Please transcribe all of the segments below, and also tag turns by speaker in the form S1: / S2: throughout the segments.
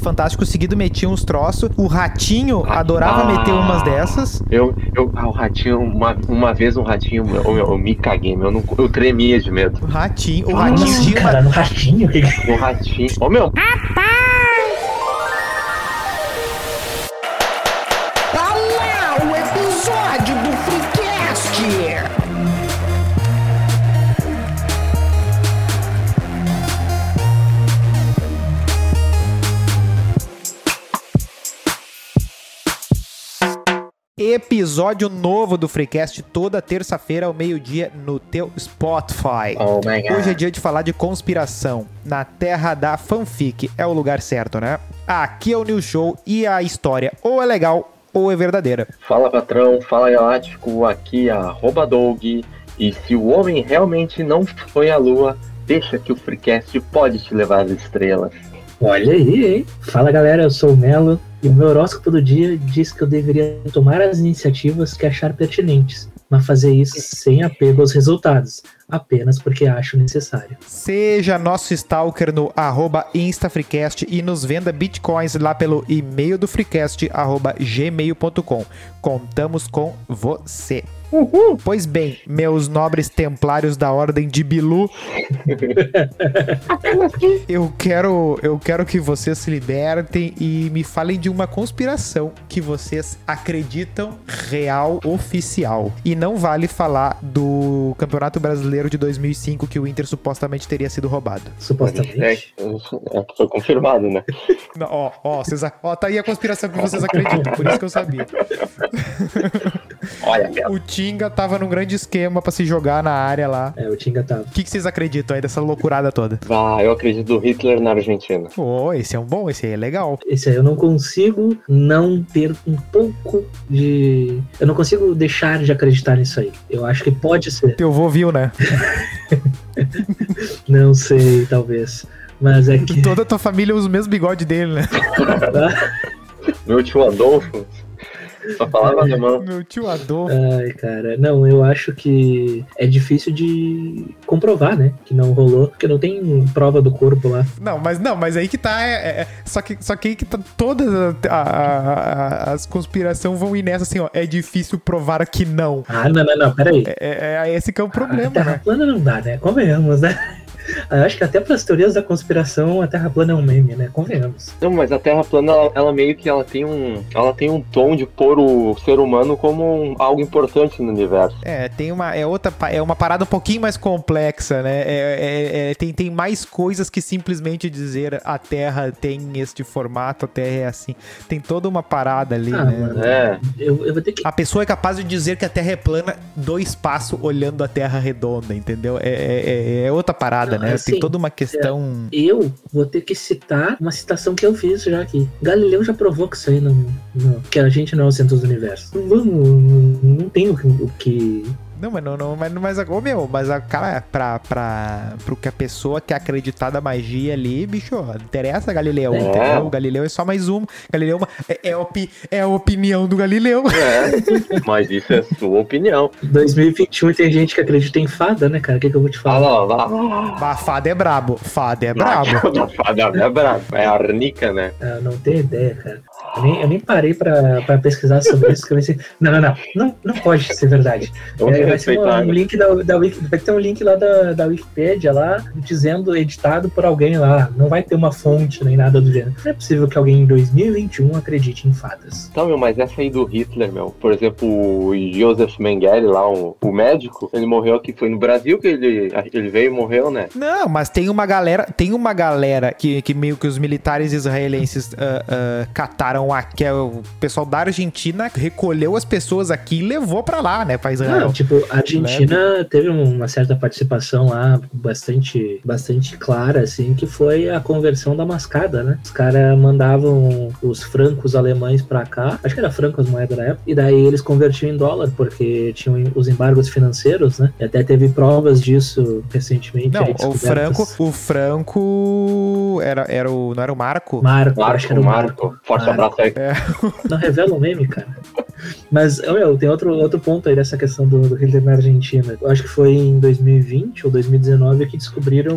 S1: Fantástico seguido metia uns troços. O Ratinho adorava
S2: Ah.
S1: meter umas dessas.
S2: Eu, eu, ah, o ratinho, uma, uma vez um ratinho, meu, eu, eu me caguei, meu, eu, não, eu tremia de medo.
S1: O Ratinho, o
S2: Ah,
S1: Ratinho
S3: Nossa,
S1: tinha uma-
S3: cara, no ratinho? Que...
S2: O ratinho. Ô, meu,
S4: Tá lá o episódio do Freecast!
S1: Episódio novo do Freecast toda terça-feira ao meio-dia no teu Spotify.
S3: Oh my god.
S1: Hoje é dia de falar de conspiração. Na terra da fanfic é o lugar certo, né? Aqui é o New Show e a história ou é legal ou é verdadeira.
S2: fala patrão, fala galáctico, aqui é arroba Doug. E se o homem realmente não foi à lua, deixa que o Freecast pode te levar às estrelas.
S3: Olha aí, hein? Fala galera, eu sou o Melo e o meu horóscopo do dia diz que eu deveria tomar as iniciativas que achar pertinentes, mas fazer isso sem apego aos resultados, apenas porque acho necessário.
S1: Seja nosso stalker no arroba InstaFreecast e nos venda bitcoins lá pelo e-mail do freecast arroba gmail.com. Contamos com você. Pois bem, meus nobres templários da ordem de Bilu, eu quero, eu quero que vocês se libertem e me falem de uma conspiração que vocês acreditam real oficial. E não vale falar do Campeonato Brasileiro de 2005 que o Inter supostamente teria sido roubado.
S2: É,
S3: Supostamente.
S2: é, foi confirmado, né?
S1: Não, Ó, ó, vocês, a- ó, tá aí a conspiração que vocês acreditam, por isso que eu sabia.
S2: Olha, meu.
S1: O Tinga tava num grande esquema pra se jogar na área lá.
S3: É, o Tinga tá.
S1: O que, que vocês acreditam aí dessa loucurada toda?
S2: Ah, eu acredito no Hitler na Argentina.
S1: Ô, esse é um bom, esse aí é legal.
S3: Esse aí eu não consigo não ter um pouco de. Eu não consigo deixar de acreditar nisso aí. Eu acho que pode ser.
S1: Teu vô viu, né?
S3: Não sei, talvez. Mas é que.
S1: Toda tua família usa o mesmo bigode dele, né?
S2: Meu tio Adolfo só falava alemão.
S1: Meu tio Adolfo.
S3: Ai, cara, não, eu acho que é difícil de comprovar, né? Que não rolou, porque não tem prova do corpo lá.
S1: Não, mas não, mas aí que tá. é- é- é- só, que, só que aí que tá. Todas a- a- a- as conspirações vão ir nessa assim, ó. É difícil provar que não.
S3: Ah, não, não, não, peraí.
S1: É, é- é esse que é o
S3: a
S1: problema,
S3: Terra
S1: né?
S3: plana não dá, né? Convenhamos, né? Eu acho que até para as teorias da conspiração, a Terra plana é um meme, né? Convenhamos.
S2: Não, mas a Terra plana, ela, ela meio que ela tem um, ela tem um tom de pôr o ser humano como um- algo importante no universo.
S1: É, tem uma. É outra. pa- É uma parada um pouquinho mais complexa, né? É- é- é- tem, tem mais coisas que simplesmente dizer a Terra tem este formato, a Terra é assim. Tem toda uma parada ali,
S3: Ah,
S1: né?
S3: mano.
S2: É,
S3: Eu, eu vou ter que.
S1: A pessoa é capaz de dizer que a Terra é plana do espaço olhando a Terra redonda, entendeu? É, é- é- é outra parada,
S3: Não,
S1: né?
S3: assim,
S1: Tem toda uma questão.
S3: Eu vou ter que citar uma citação que eu fiz já aqui. Galileu já provou que isso aí não. não- que a gente não é o centro do universo. Não, não, não tem o que- o que
S1: Não, mas não, não, mas, mas, ô, meu, mas a cara, pra, pra, pro que a pessoa quer acreditar da magia ali, bicho, ó, não interessa Galileu,
S3: É.
S1: entendeu? O Galileu é só mais um. Galileu é uma- é, é opi- é a opinião do Galileu.
S2: é. Mas isso é sua opinião.
S3: 2021 tem gente que acredita em fada, né, cara? O que, que eu vou te falar?
S2: Fala, lá, lá.
S1: Mas fada é brabo, fada é brabo.
S2: A fada é brabo. É a arnica, né?
S3: Ah, não tenho ideia, cara. Eu nem, eu nem parei pra, pra pesquisar sobre isso, que eu pensei, não, não, não, não, não pode ser verdade.
S2: Vamos
S3: É, vai ser
S2: respeitar. né?
S3: um, um link da, da Wiki- vai ter um link lá da, da Wikipédia lá, dizendo, editado por alguém lá. Não vai ter uma fonte nem nada do gênero. Não é possível que alguém em 2021 acredite em fadas.
S2: Então, meu, mas essa aí do Hitler, meu. Por exemplo, o Joseph Mengele, lá, o, o médico, ele morreu aqui. Foi no Brasil que ele, ele veio e morreu, né?
S1: Não, mas tem uma galera, tem uma galera que, que meio que os militares israelenses ah, ah, cataram aqui, é, o pessoal da Argentina recolheu as pessoas aqui e levou pra lá, né, pra Israel.
S3: Não, tipo, a Argentina teve uma certa participação lá, bastante, bastante clara, assim, que foi a conversão da mascada, né? Os caras mandavam os francos alemães pra cá, acho que era francos moeda na época, e daí eles convertiam em dólar, porque tinham os embargos financeiros, né? E até teve provas disso recentemente.
S1: Não,
S3: aí
S1: o
S3: descobertas.
S1: Franco, o Franco era, era o, não era o Marco?
S3: Marco, acho que era
S2: Marco,
S3: o
S2: Marco. Forte
S3: Marco.
S2: abraço aí.
S3: Não revela o um meme, cara. Mas, olha, tem outro, outro ponto aí dessa questão do, do Hitler na Argentina. Eu acho que foi em 2020 ou 2019 que descobriram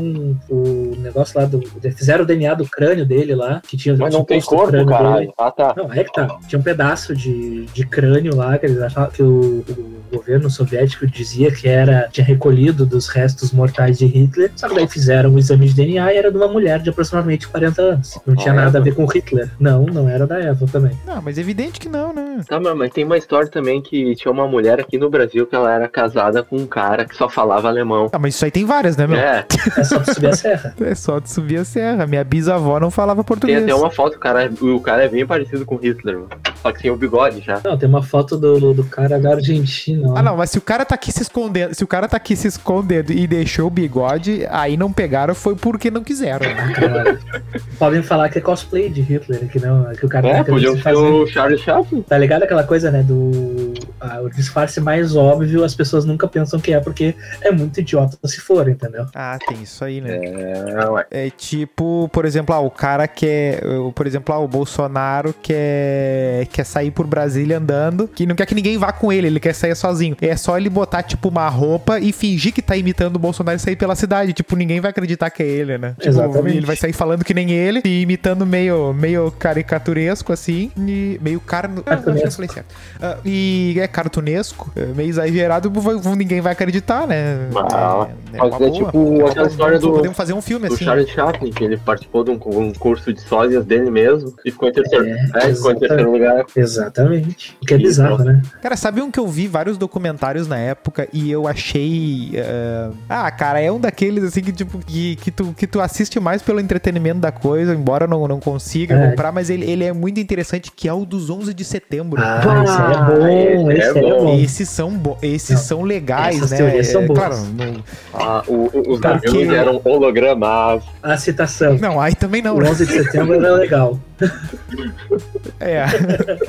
S3: o negócio lá do. Fizeram o DNA do crânio dele lá, que tinha
S2: Mas não tem corpo,
S3: suposto crânio dele.
S2: caralho. Ah, tá.
S3: Não, é que tá. Tinha um pedaço de, de crânio lá que eles achavam que o, o governo soviético dizia que era tinha recolhido dos restos mortais de Hitler. Só que daí fizeram um exame de DNA e era de uma mulher de aproximadamente 40 anos. Não tinha
S2: Ah,
S3: nada a
S2: Eva.
S3: ver com Hitler. Não, não era da Eva também.
S1: Não, mas é evidente que não, né?
S2: Tá, mas- mas tem uma história também que tinha uma mulher aqui no Brasil que ela era casada com um cara que só falava alemão.
S1: Ah, mas isso aí tem várias, né, meu? É,
S2: É,
S3: É só pra subir a serra.
S1: só de subir a serra. Minha bisavó não falava
S2: tem
S1: português.
S2: até uma foto, o cara, o cara é bem parecido com Hitler, mano. Só que sem o bigode já.
S3: Não, tem uma foto do, do cara da Argentina. ó.
S1: Ah, não, mas se o cara tá aqui se escondendo, se o cara tá aqui se escondendo e deixou o bigode, aí não pegaram foi porque não quiseram. né?
S3: Ah, Caralho. Podem falar que é cosplay de Hitler, que não, que o cara
S2: É,
S3: tá querendo
S2: podia
S3: se
S2: ser
S3: fazer.
S2: o Charles Chaplin.
S3: Tá ligado aquela coisa, né? Do. ah, o disfarce mais óbvio, as pessoas nunca pensam que é, porque é muito idiota se for, entendeu?
S1: Ah, tem isso aí, né?
S2: É, ué.
S1: É tipo, por exemplo, ah, o cara quer. o- Por exemplo, ah, o Bolsonaro quer, quer sair por Brasília andando, que não quer que ninguém vá com ele, ele quer sair sozinho. É só ele botar, tipo, uma roupa e fingir que tá imitando o Bolsonaro e sair pela cidade. Tipo, ninguém vai acreditar que é ele, né? Tipo,
S3: Exatamente.
S1: Ele vai sair falando que nem ele e imitando meio, meio caricaturesco, assim, e meio carno. Ah, acho que eu
S3: Cartunesco.
S1: falei certo. Ah, e é cartunesco, é meio exagerado, vai- ninguém vai acreditar, né?
S2: Não.
S1: É,
S2: Mas é tipo aquela história do-
S1: Podemos fazer um filme
S2: Do
S1: assim.
S2: Charles Chaplin, que ele participou de um concurso de sósias dele mesmo e ficou em terceiro,
S3: É,
S2: é, ficou em terceiro lugar.
S3: Exatamente. O que é
S2: Isso.
S3: bizarro, né?
S1: Cara, sabe um que eu vi vários documentários na época e eu achei. eh, Ah, cara, é um daqueles assim que, tipo, que, que, tu, que tu assiste mais pelo entretenimento da coisa, embora eu não, não consiga
S3: É.
S1: comprar, mas ele, ele é muito interessante, que é o dos 11 de setembro.
S3: Ah, esse aí é bom,
S2: esse
S3: esse,
S2: é
S3: aí é
S2: bom.
S3: bom.
S1: Esses são, bo- esses
S3: Não,
S1: são legais,
S3: essas
S1: né?
S3: teorias
S1: É,
S3: são boas.
S1: Claro, não,
S2: Ah, o- o- os
S1: Tá,
S2: Damilos
S1: que-
S2: eram hologramas.
S3: A citação.
S1: não, aí também não,
S3: O
S1: né?
S3: 11 de setembro era legal.
S1: É.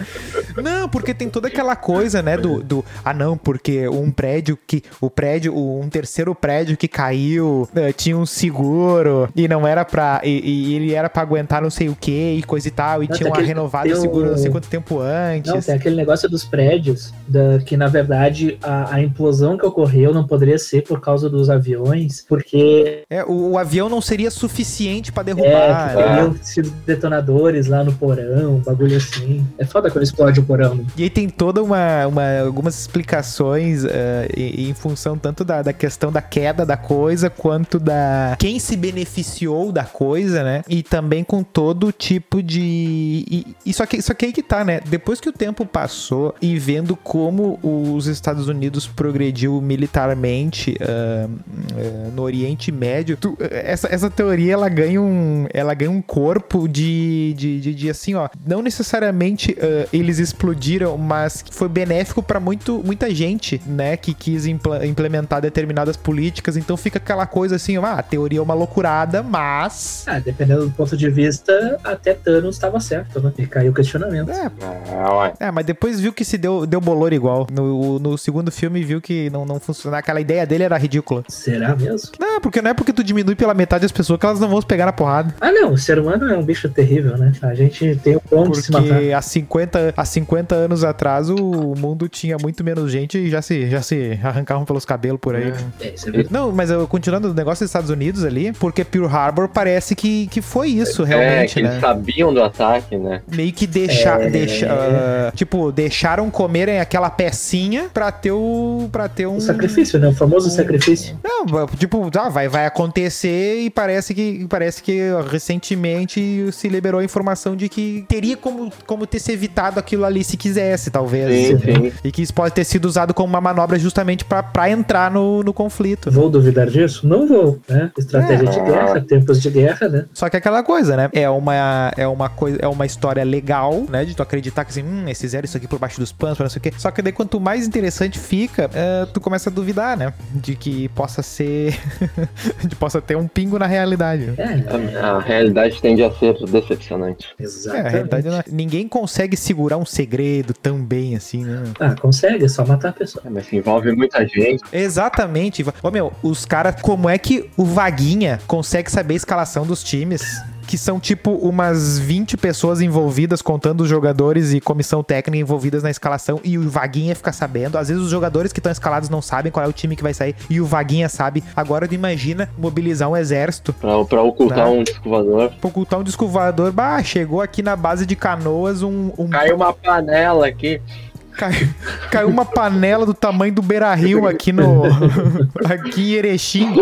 S1: não, porque tem toda aquela coisa, né, do, do- Ah, não, porque um prédio que... O prédio... o- Um terceiro prédio que caiu eh, tinha um seguro e não era pra... E, e ele era pra aguentar não sei o que e coisa e tal. E
S3: Não,
S1: tinha
S3: tem
S1: uma
S3: aquele-
S1: renovada
S3: tem
S1: o seguro não sei
S3: um-
S1: quanto tempo
S3: Não,
S1: antes.
S3: tem aquele negócio dos prédios, da- que na verdade a, a implosão que ocorreu não poderia ser por causa dos aviões, porque
S1: É, o, o avião não seria suficiente pra
S3: é, que
S1: derrubar. né?
S3: teriam sido detonadores lá no porão, um bagulho assim. É foda quando explode o porão, né?
S1: E aí tem toda uma, uma- algumas explicações eh, em, em função tanto da, da questão da queda da coisa quanto da quem se beneficiou da coisa, né? E também com todo tipo de e, e só que só que aí que tá, né? Depois que o tempo passou e vendo como os Estados Unidos progrediu militarmente ah, eh, no Oriente Médio, tu- essa, essa teoria ela ganha um ela ganha um corpo de, de, de, de, assim ó, não necessariamente ah, eles explodiram, mas foi benéfico pra muito muita gente, né, que quis impla- implementar determinadas políticas, então fica aquela coisa assim, ó, ah, a teoria é uma loucurada, mas
S3: Ah, dependendo do ponto de vista, até Thanos estava certo, né? E caiu o questionamento.
S1: é,
S2: Ah, ué.
S1: É, mas depois viu que se deu, deu bolor igual. No, no segundo filme viu que não, não funcionava. Aquela ideia dele era ridícula.
S3: Será mesmo?
S1: Não, porque não é porque tu diminui pela metade as pessoas que elas não vão se pegar na porrada.
S3: Ah, não, o ser humano é um bicho terrível, né? A gente tem o bom de se matar.
S1: Porque há 50, há 50 anos atrás o mundo tinha muito menos gente e já se, já se arrancavam pelos cabelos por aí. né?
S3: É, isso é verdade.
S1: Não, mas eu, continuando o negócio dos Estados Unidos ali, porque Pearl Harbor parece que, que foi isso,
S2: É,
S1: realmente,
S2: que
S1: né?
S2: eles sabiam do ataque, né?
S1: Meio que deixar.
S3: É.
S1: deixa- ah, tipo, deixaram comerem aquela pecinha pra ter o. pra ter um.
S3: O sacrifício, né? O famoso sacrifício.
S1: Não, va- tipo, ah, vai, vai acontecer e parece que, parece que recentemente se liberou a informação de que teria como, como ter se evitado aquilo ali se quisesse, talvez.
S2: Sim, sim.
S1: E que isso pode ter sido usado como uma manobra justamente pra- pra entrar no, no conflito.
S3: Vou duvidar disso? Não vou, né? Estratégia de guerra, tempos de guerra, né?
S1: Só que é aquela coisa, né? É uma, é uma coisa, é uma história legal, né? De tu acreditar que assim, hum, eles fizeram isso aqui por baixo dos panos, pra não sei o quê. Só que daí quanto mais interessante fica, eh, tu começa a duvidar, né? De que possa ser. de possa ter um pingo na realidade.
S3: É,
S2: A, a realidade tende a ser decepcionante.
S1: É, a
S3: exatamente.
S1: realidade não é- ninguém consegue segurar um segredo tão bem assim, né?
S3: Ah, consegue, é só matar a pessoa.
S2: É, mas envolve muita gente.
S1: Exatamente. Ô meu, os caras, como é que o Vaguinha consegue saber a escalação dos times? que são tipo umas 20 pessoas envolvidas, contando os jogadores e comissão técnica envolvidas na escalação, e o Vaguinha fica sabendo. Às vezes os jogadores que estão escalados não sabem qual é o time que vai sair, e o Vaguinha sabe. Agora tu imagina mobilizar um exército
S2: Pra, pra ocultar
S1: Tá.
S3: Né?
S2: um escovador.
S1: pra ocultar um disco voador. Bah, chegou aqui na base de canoas um. um-
S2: Caiu uma panela aqui.
S1: cai- caiu uma panela do tamanho do Beira Rio aqui no. aqui em Erechim.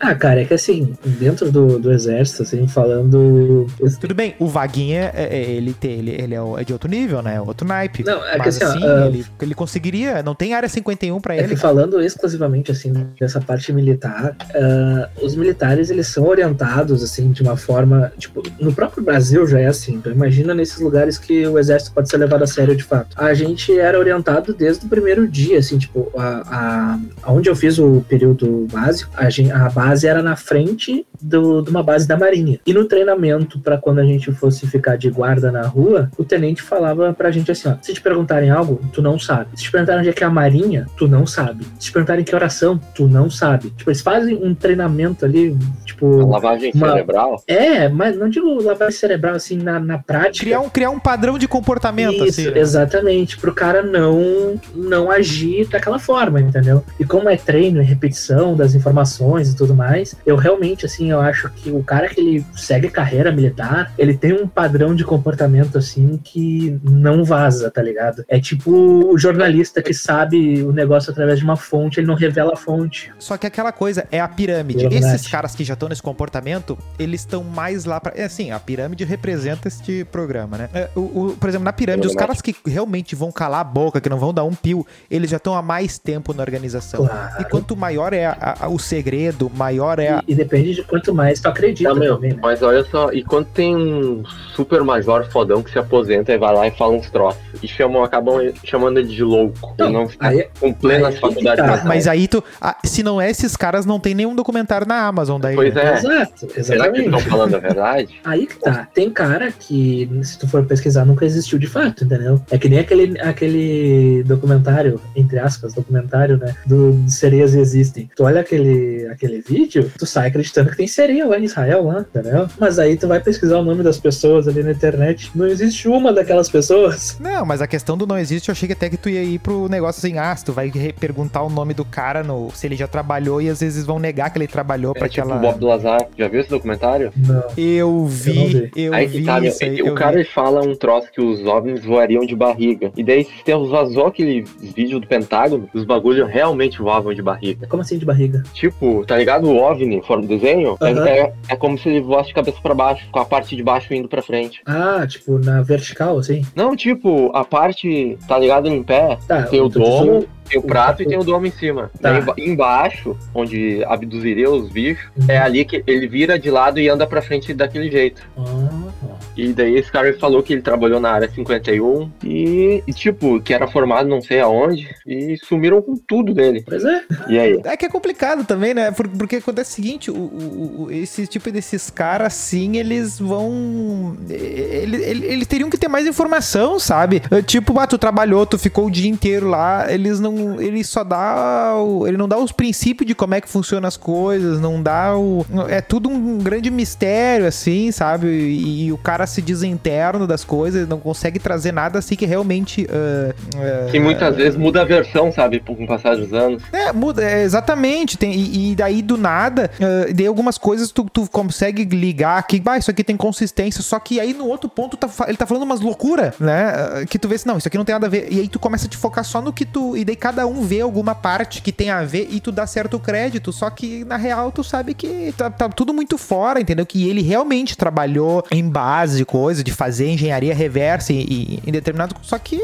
S3: Ah, cara, é que assim, dentro do, do exército, assim, falando.
S1: Tudo bem, o Vaguinha, é- é- ele, tem, ele, ele é, o- é de outro nível, né? Outro naipe.
S3: Não, é que
S1: Mas
S3: assim, ó,
S1: assim,
S3: ah,
S1: ele, ele conseguiria. Não tem área 51 pra
S3: É que
S1: ele.
S3: falando exclusivamente assim dessa parte militar, ah, os militares eles são orientados assim de uma forma tipo no próprio Brasil já é assim. Então imagina nesses lugares que o exército pode ser levado a sério de fato. A gente era orientado desde o primeiro dia assim tipo a, a onde eu fiz o período básico a, gen- a base era na frente do- de uma base da marinha e no treinamento pra quando a gente fosse ficar de guarda na rua o tenente falava pra gente assim ó se te perguntarem algo tu não sabe se te perguntarem onde é que é a marinha tu não sabe se te perguntarem que oração tu não sabe tipo eles fazem um treinamento ali
S2: A
S3: tipo
S2: lavagem
S3: Uma-
S2: cerebral.
S3: é mas não digo lavagem cerebral assim na, na prática
S1: Criar um, criar um padrão de comportamento,
S3: isso,
S1: assim. né?
S3: exatamente, pro cara não não agir daquela forma, entendeu? E como é treino e repetição das informações e tudo mais, eu realmente assim, eu acho que o cara que ele segue carreira militar, ele tem um padrão de comportamento assim que não vaza, tá ligado? É tipo o jornalista que sabe o negócio através de uma fonte, ele não revela a fonte.
S1: Só que aquela coisa é a pirâmide.
S3: É verdade.
S1: Esses caras que já estão nesse comportamento, eles estão mais lá pra. É assim, a pirâmide representa este programa, né? É, o- o- por exemplo, na pirâmide, os caras que realmente vão calar a boca, que não vão dar um pio, eles já estão há mais tempo na organização.
S3: Claro.
S1: Então, E quanto maior é a- a- o segredo, maior é a,
S3: E, e depende de quanto mais tu acredita
S2: Tá, meu,
S3: também, né?
S2: mas olha só, e quando tem um super major fodão que se aposenta e vai lá e fala uns troços. E chamam, acabam chamando ele de louco.
S3: Não,
S2: Ele não fica
S3: Então, aí-
S2: com plenas
S3: aí que
S2: faculdades.
S3: tá,
S2: mentais.
S1: Mas aí tu. ah, se não é esses caras, não tem nenhum documentário na Amazon daí.
S2: Pois
S1: né?
S2: é.
S3: Exato, exatamente.
S2: Será que estão falando a verdade?
S3: Aí que tá. Tem cara que, se tu for pesquisar, nunca existiu de fato, entendeu? É que nem aquele, aquele documentário, entre aspas, documentário, né? Do de Sereias Existem. Tu olha aquele, aquele vídeo, tu sai acreditando que tem sereia lá em Israel, lá, entendeu? Mas aí tu vai pesquisar o nome das pessoas ali na internet. Não existe uma daquelas pessoas.
S1: Não, mas a questão do não existe, eu achei que até que tu ia ir pro negócio assim, ah, se tu vai re- perguntar o nome do cara no, se ele já trabalhou e às vezes vão negar que ele trabalhou pra
S2: É tipo
S1: aquela.
S2: o Bob Lazar. Já viu esse documentário?
S3: Não.
S1: Eu vi, eu,
S2: aí que
S1: vi
S2: tá, meu,
S1: isso aí.
S2: o
S1: eu
S2: cara
S1: vi.
S2: ele fala um troço que os OVNIs voariam de barriga. E daí esses tempos vazou aquele vídeo do Pentágono, os bagulhos realmente voavam de barriga.
S3: Como assim de barriga?
S2: Tipo, tá ligado? O OVNI, forma do desenho, é-
S3: Aham.
S2: é, é como se ele voasse de cabeça pra baixo, com a parte de baixo indo pra frente.
S3: Ah, tipo, na vertical, assim?
S2: Não, tipo, a parte, tá ligado, em pé,
S1: É,
S3: Tá.
S2: tem o
S3: tu diz
S2: domo, tem o
S3: o
S2: prato e
S3: prato.
S2: tem o domo em cima.
S3: Tá.
S2: Daí emba- embaixo, onde abduziria os bichos,
S3: Uhum.
S2: é ali que ele vira de lado e anda pra frente daquele jeito.
S3: Ah,
S2: E daí esse cara falou que ele trabalhou na área 51 e, e, tipo, que era formado não sei aonde e sumiram com tudo dele.
S3: pois é.
S2: E aí?
S1: É que é complicado também, né? Por- Porque acontece o seguinte, o, o- o- esse tipo desses caras, sim, eles vão. ele- ele- Eles, teriam que ter mais informação, sabe? É Tipo, ah, tu trabalhou, tu ficou o dia inteiro lá, eles não. Ele só dá. o- Ele não dá os princípios de como é que funcionam as coisas, não dá o. É tudo um grande mistério, assim, sabe? E, e o cara se diz interno das coisas, não consegue trazer nada assim que realmente. ah, ah,
S2: Que muitas vezes muda a versão, sabe, com o passar dos anos.
S1: é, muda, é, exatamente. Tem, e, e daí do nada, ah, daí algumas coisas tu, tu consegue ligar que, bah, isso aqui tem consistência, só que aí no outro ponto tá fa- ele tá falando umas loucuras, né? Ah, que tu vê assim, não, isso aqui não tem nada a ver. E aí tu começa a te focar só no que tu. E daí cada um vê alguma parte que tem a ver e tu dá certo crédito, só que na real tu sabe que tá, tá tudo muito fora, entendeu? Que ele realmente trabalhou em base de coisa, de fazer engenharia reversa e, e- em determinado. Só que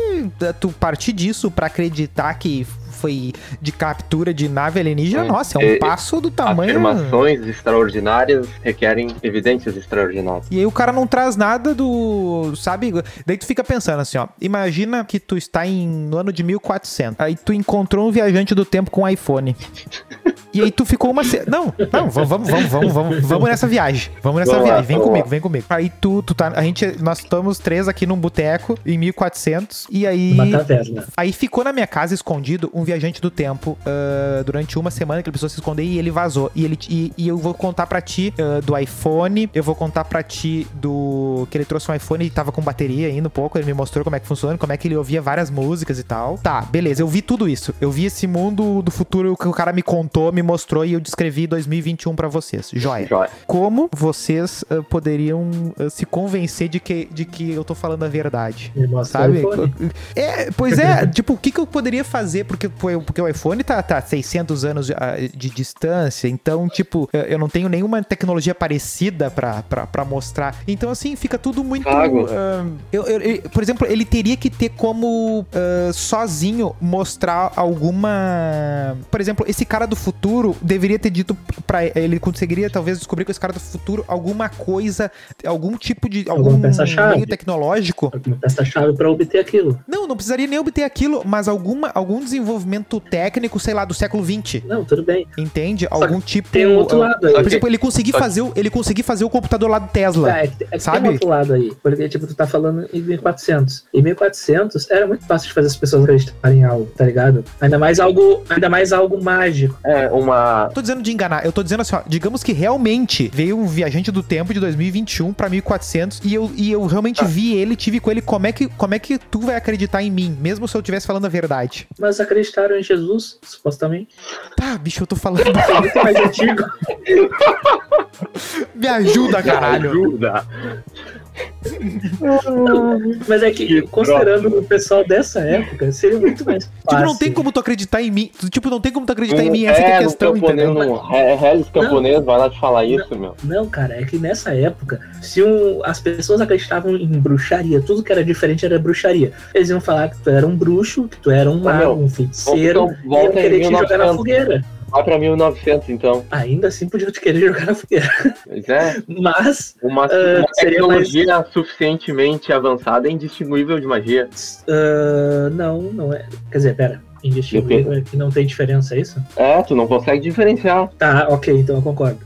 S1: ah, tu partir disso pra acreditar que foi de captura de nave alienígena,
S2: É,
S1: nossa, é um
S2: é,
S1: passo do tamanho.
S2: Afirmações extraordinárias requerem evidências extraordinárias.
S1: E aí o cara não traz nada do. Sabe? Daí tu fica pensando assim, ó. Imagina que tu está em, no ano de 1400. Aí tu encontrou um viajante do tempo com um iPhone. E aí tu ficou uma. se- Não, não, vamos, vamos, vamos, vamos, vamos, vamos nessa viagem. Vamos nessa
S2: Vamos lá,
S1: viagem. Vem
S2: vamos
S1: comigo,
S2: lá.
S1: vem comigo. Aí tu, tu tá. A gente. Nós estamos três aqui num boteco em 1400. E aí.
S3: Uma taverna.
S1: Aí ficou na minha casa escondido um viajante do tempo ah, durante uma semana que ele precisou se esconder e ele vazou. E, ele, e, e eu vou contar pra ti ah, do iPhone, eu vou contar pra ti do. que ele trouxe um iPhone e tava com bateria ainda um pouco, ele me mostrou como é que funciona, como é que ele ouvia várias músicas e tal. Tá, beleza, eu vi tudo isso. Eu vi esse mundo do futuro que o cara me contou, me mostrou e eu descrevi 2021 pra vocês. Joia.
S2: Joia.
S1: Como vocês ah, poderiam ah, se convencer de que, de que eu tô falando a verdade?
S3: Me mostra
S1: Sabe?
S3: o iPhone.
S1: É, pois é, tipo, o que, que eu poderia fazer? Porque, pô, eu- porque o iPhone tá, tá 600 anos de, ah, de distância, então, tipo, eu- eu não tenho nenhuma tecnologia parecida pra, pra, pra mostrar. Então, assim, fica tudo muito.
S2: Vago.
S1: ah, eu- eu- eu- por exemplo, ele teria que ter como ah, sozinho mostrar alguma. Por exemplo, esse cara do futuro deveria ter dito pra ele conseguiria talvez descobrir com esse cara do futuro alguma coisa, algum tipo de.
S3: Alguma
S1: algum
S3: peça-chave.
S1: meio tecnológico.
S3: Alguma peça-chave pra obter aquilo.
S1: Não, não precisaria nem obter aquilo, mas alguma, algum desenvolvimento técnico, sei lá, do século XX,
S3: Não, tudo bem.
S1: entende?
S3: que
S1: Algum tipo.
S3: Tem um outro
S1: ah,
S3: lado aí.
S1: Por
S2: Ok.
S1: exemplo, ele conseguir
S2: Só que-
S1: fazer, o- ele conseguir fazer o computador lá do Tesla.
S3: É, é que tem- é que
S1: sabe?
S3: tem um outro lado aí. Porque, tipo, tu tá falando em 1400. Em 1400 era muito fácil de fazer as pessoas acreditarem em algo, tá ligado? Ainda mais algo, ainda mais algo mágico.
S2: É uma.
S1: Tô dizendo de enganar, eu tô dizendo assim, ó, digamos que realmente veio um viajante do tempo de 2021 pra 1400 e eu, e eu realmente
S3: Tá.
S1: vi ele, tive com ele, como é, que, como é que tu vai acreditar em mim, mesmo se eu estivesse falando a verdade?
S3: Mas acreditaram em Jesus, supostamente.
S1: Tá, bicho, eu tô falando,
S3: É muito mais antigo.
S1: me ajuda, Ah, caralho.
S2: Ajuda.
S3: Mas é que,
S2: Que
S3: considerando o pessoal dessa época, seria muito mais fácil.
S1: Tipo, não tem como tu acreditar em mim, tipo, não tem como tu acreditar em mim,
S2: Um-
S1: essa que é a
S2: no
S1: questão,
S2: camponês,
S1: entendeu?
S2: um- é, é Regis Camponês, vai lá te falar isso, meu.
S3: Não, cara, é que nessa época, se um- as pessoas acreditavam em bruxaria, tudo que era diferente era bruxaria. Eles iam falar que tu era um bruxo, que tu era um mago,
S2: meu,
S3: um feiticeiro,
S2: então,
S3: e iam
S2: volta em
S3: querer te jogar na
S2: 1900.
S3: fogueira.
S2: Vai pra 1900, então.
S3: Ainda assim podiam te querer jogar na fogueira.
S2: Pois é.
S3: Mas,
S2: Uma,
S3: Ah,
S2: uma
S3: seria
S2: tecnologia suficientemente avançada é indistinguível de magia.
S3: ah, não, não é. Quer dizer, pera, indistinguível é que não tem diferença, é isso?
S2: É, tu não consegue diferenciar.
S3: Tá, ok, então eu concordo.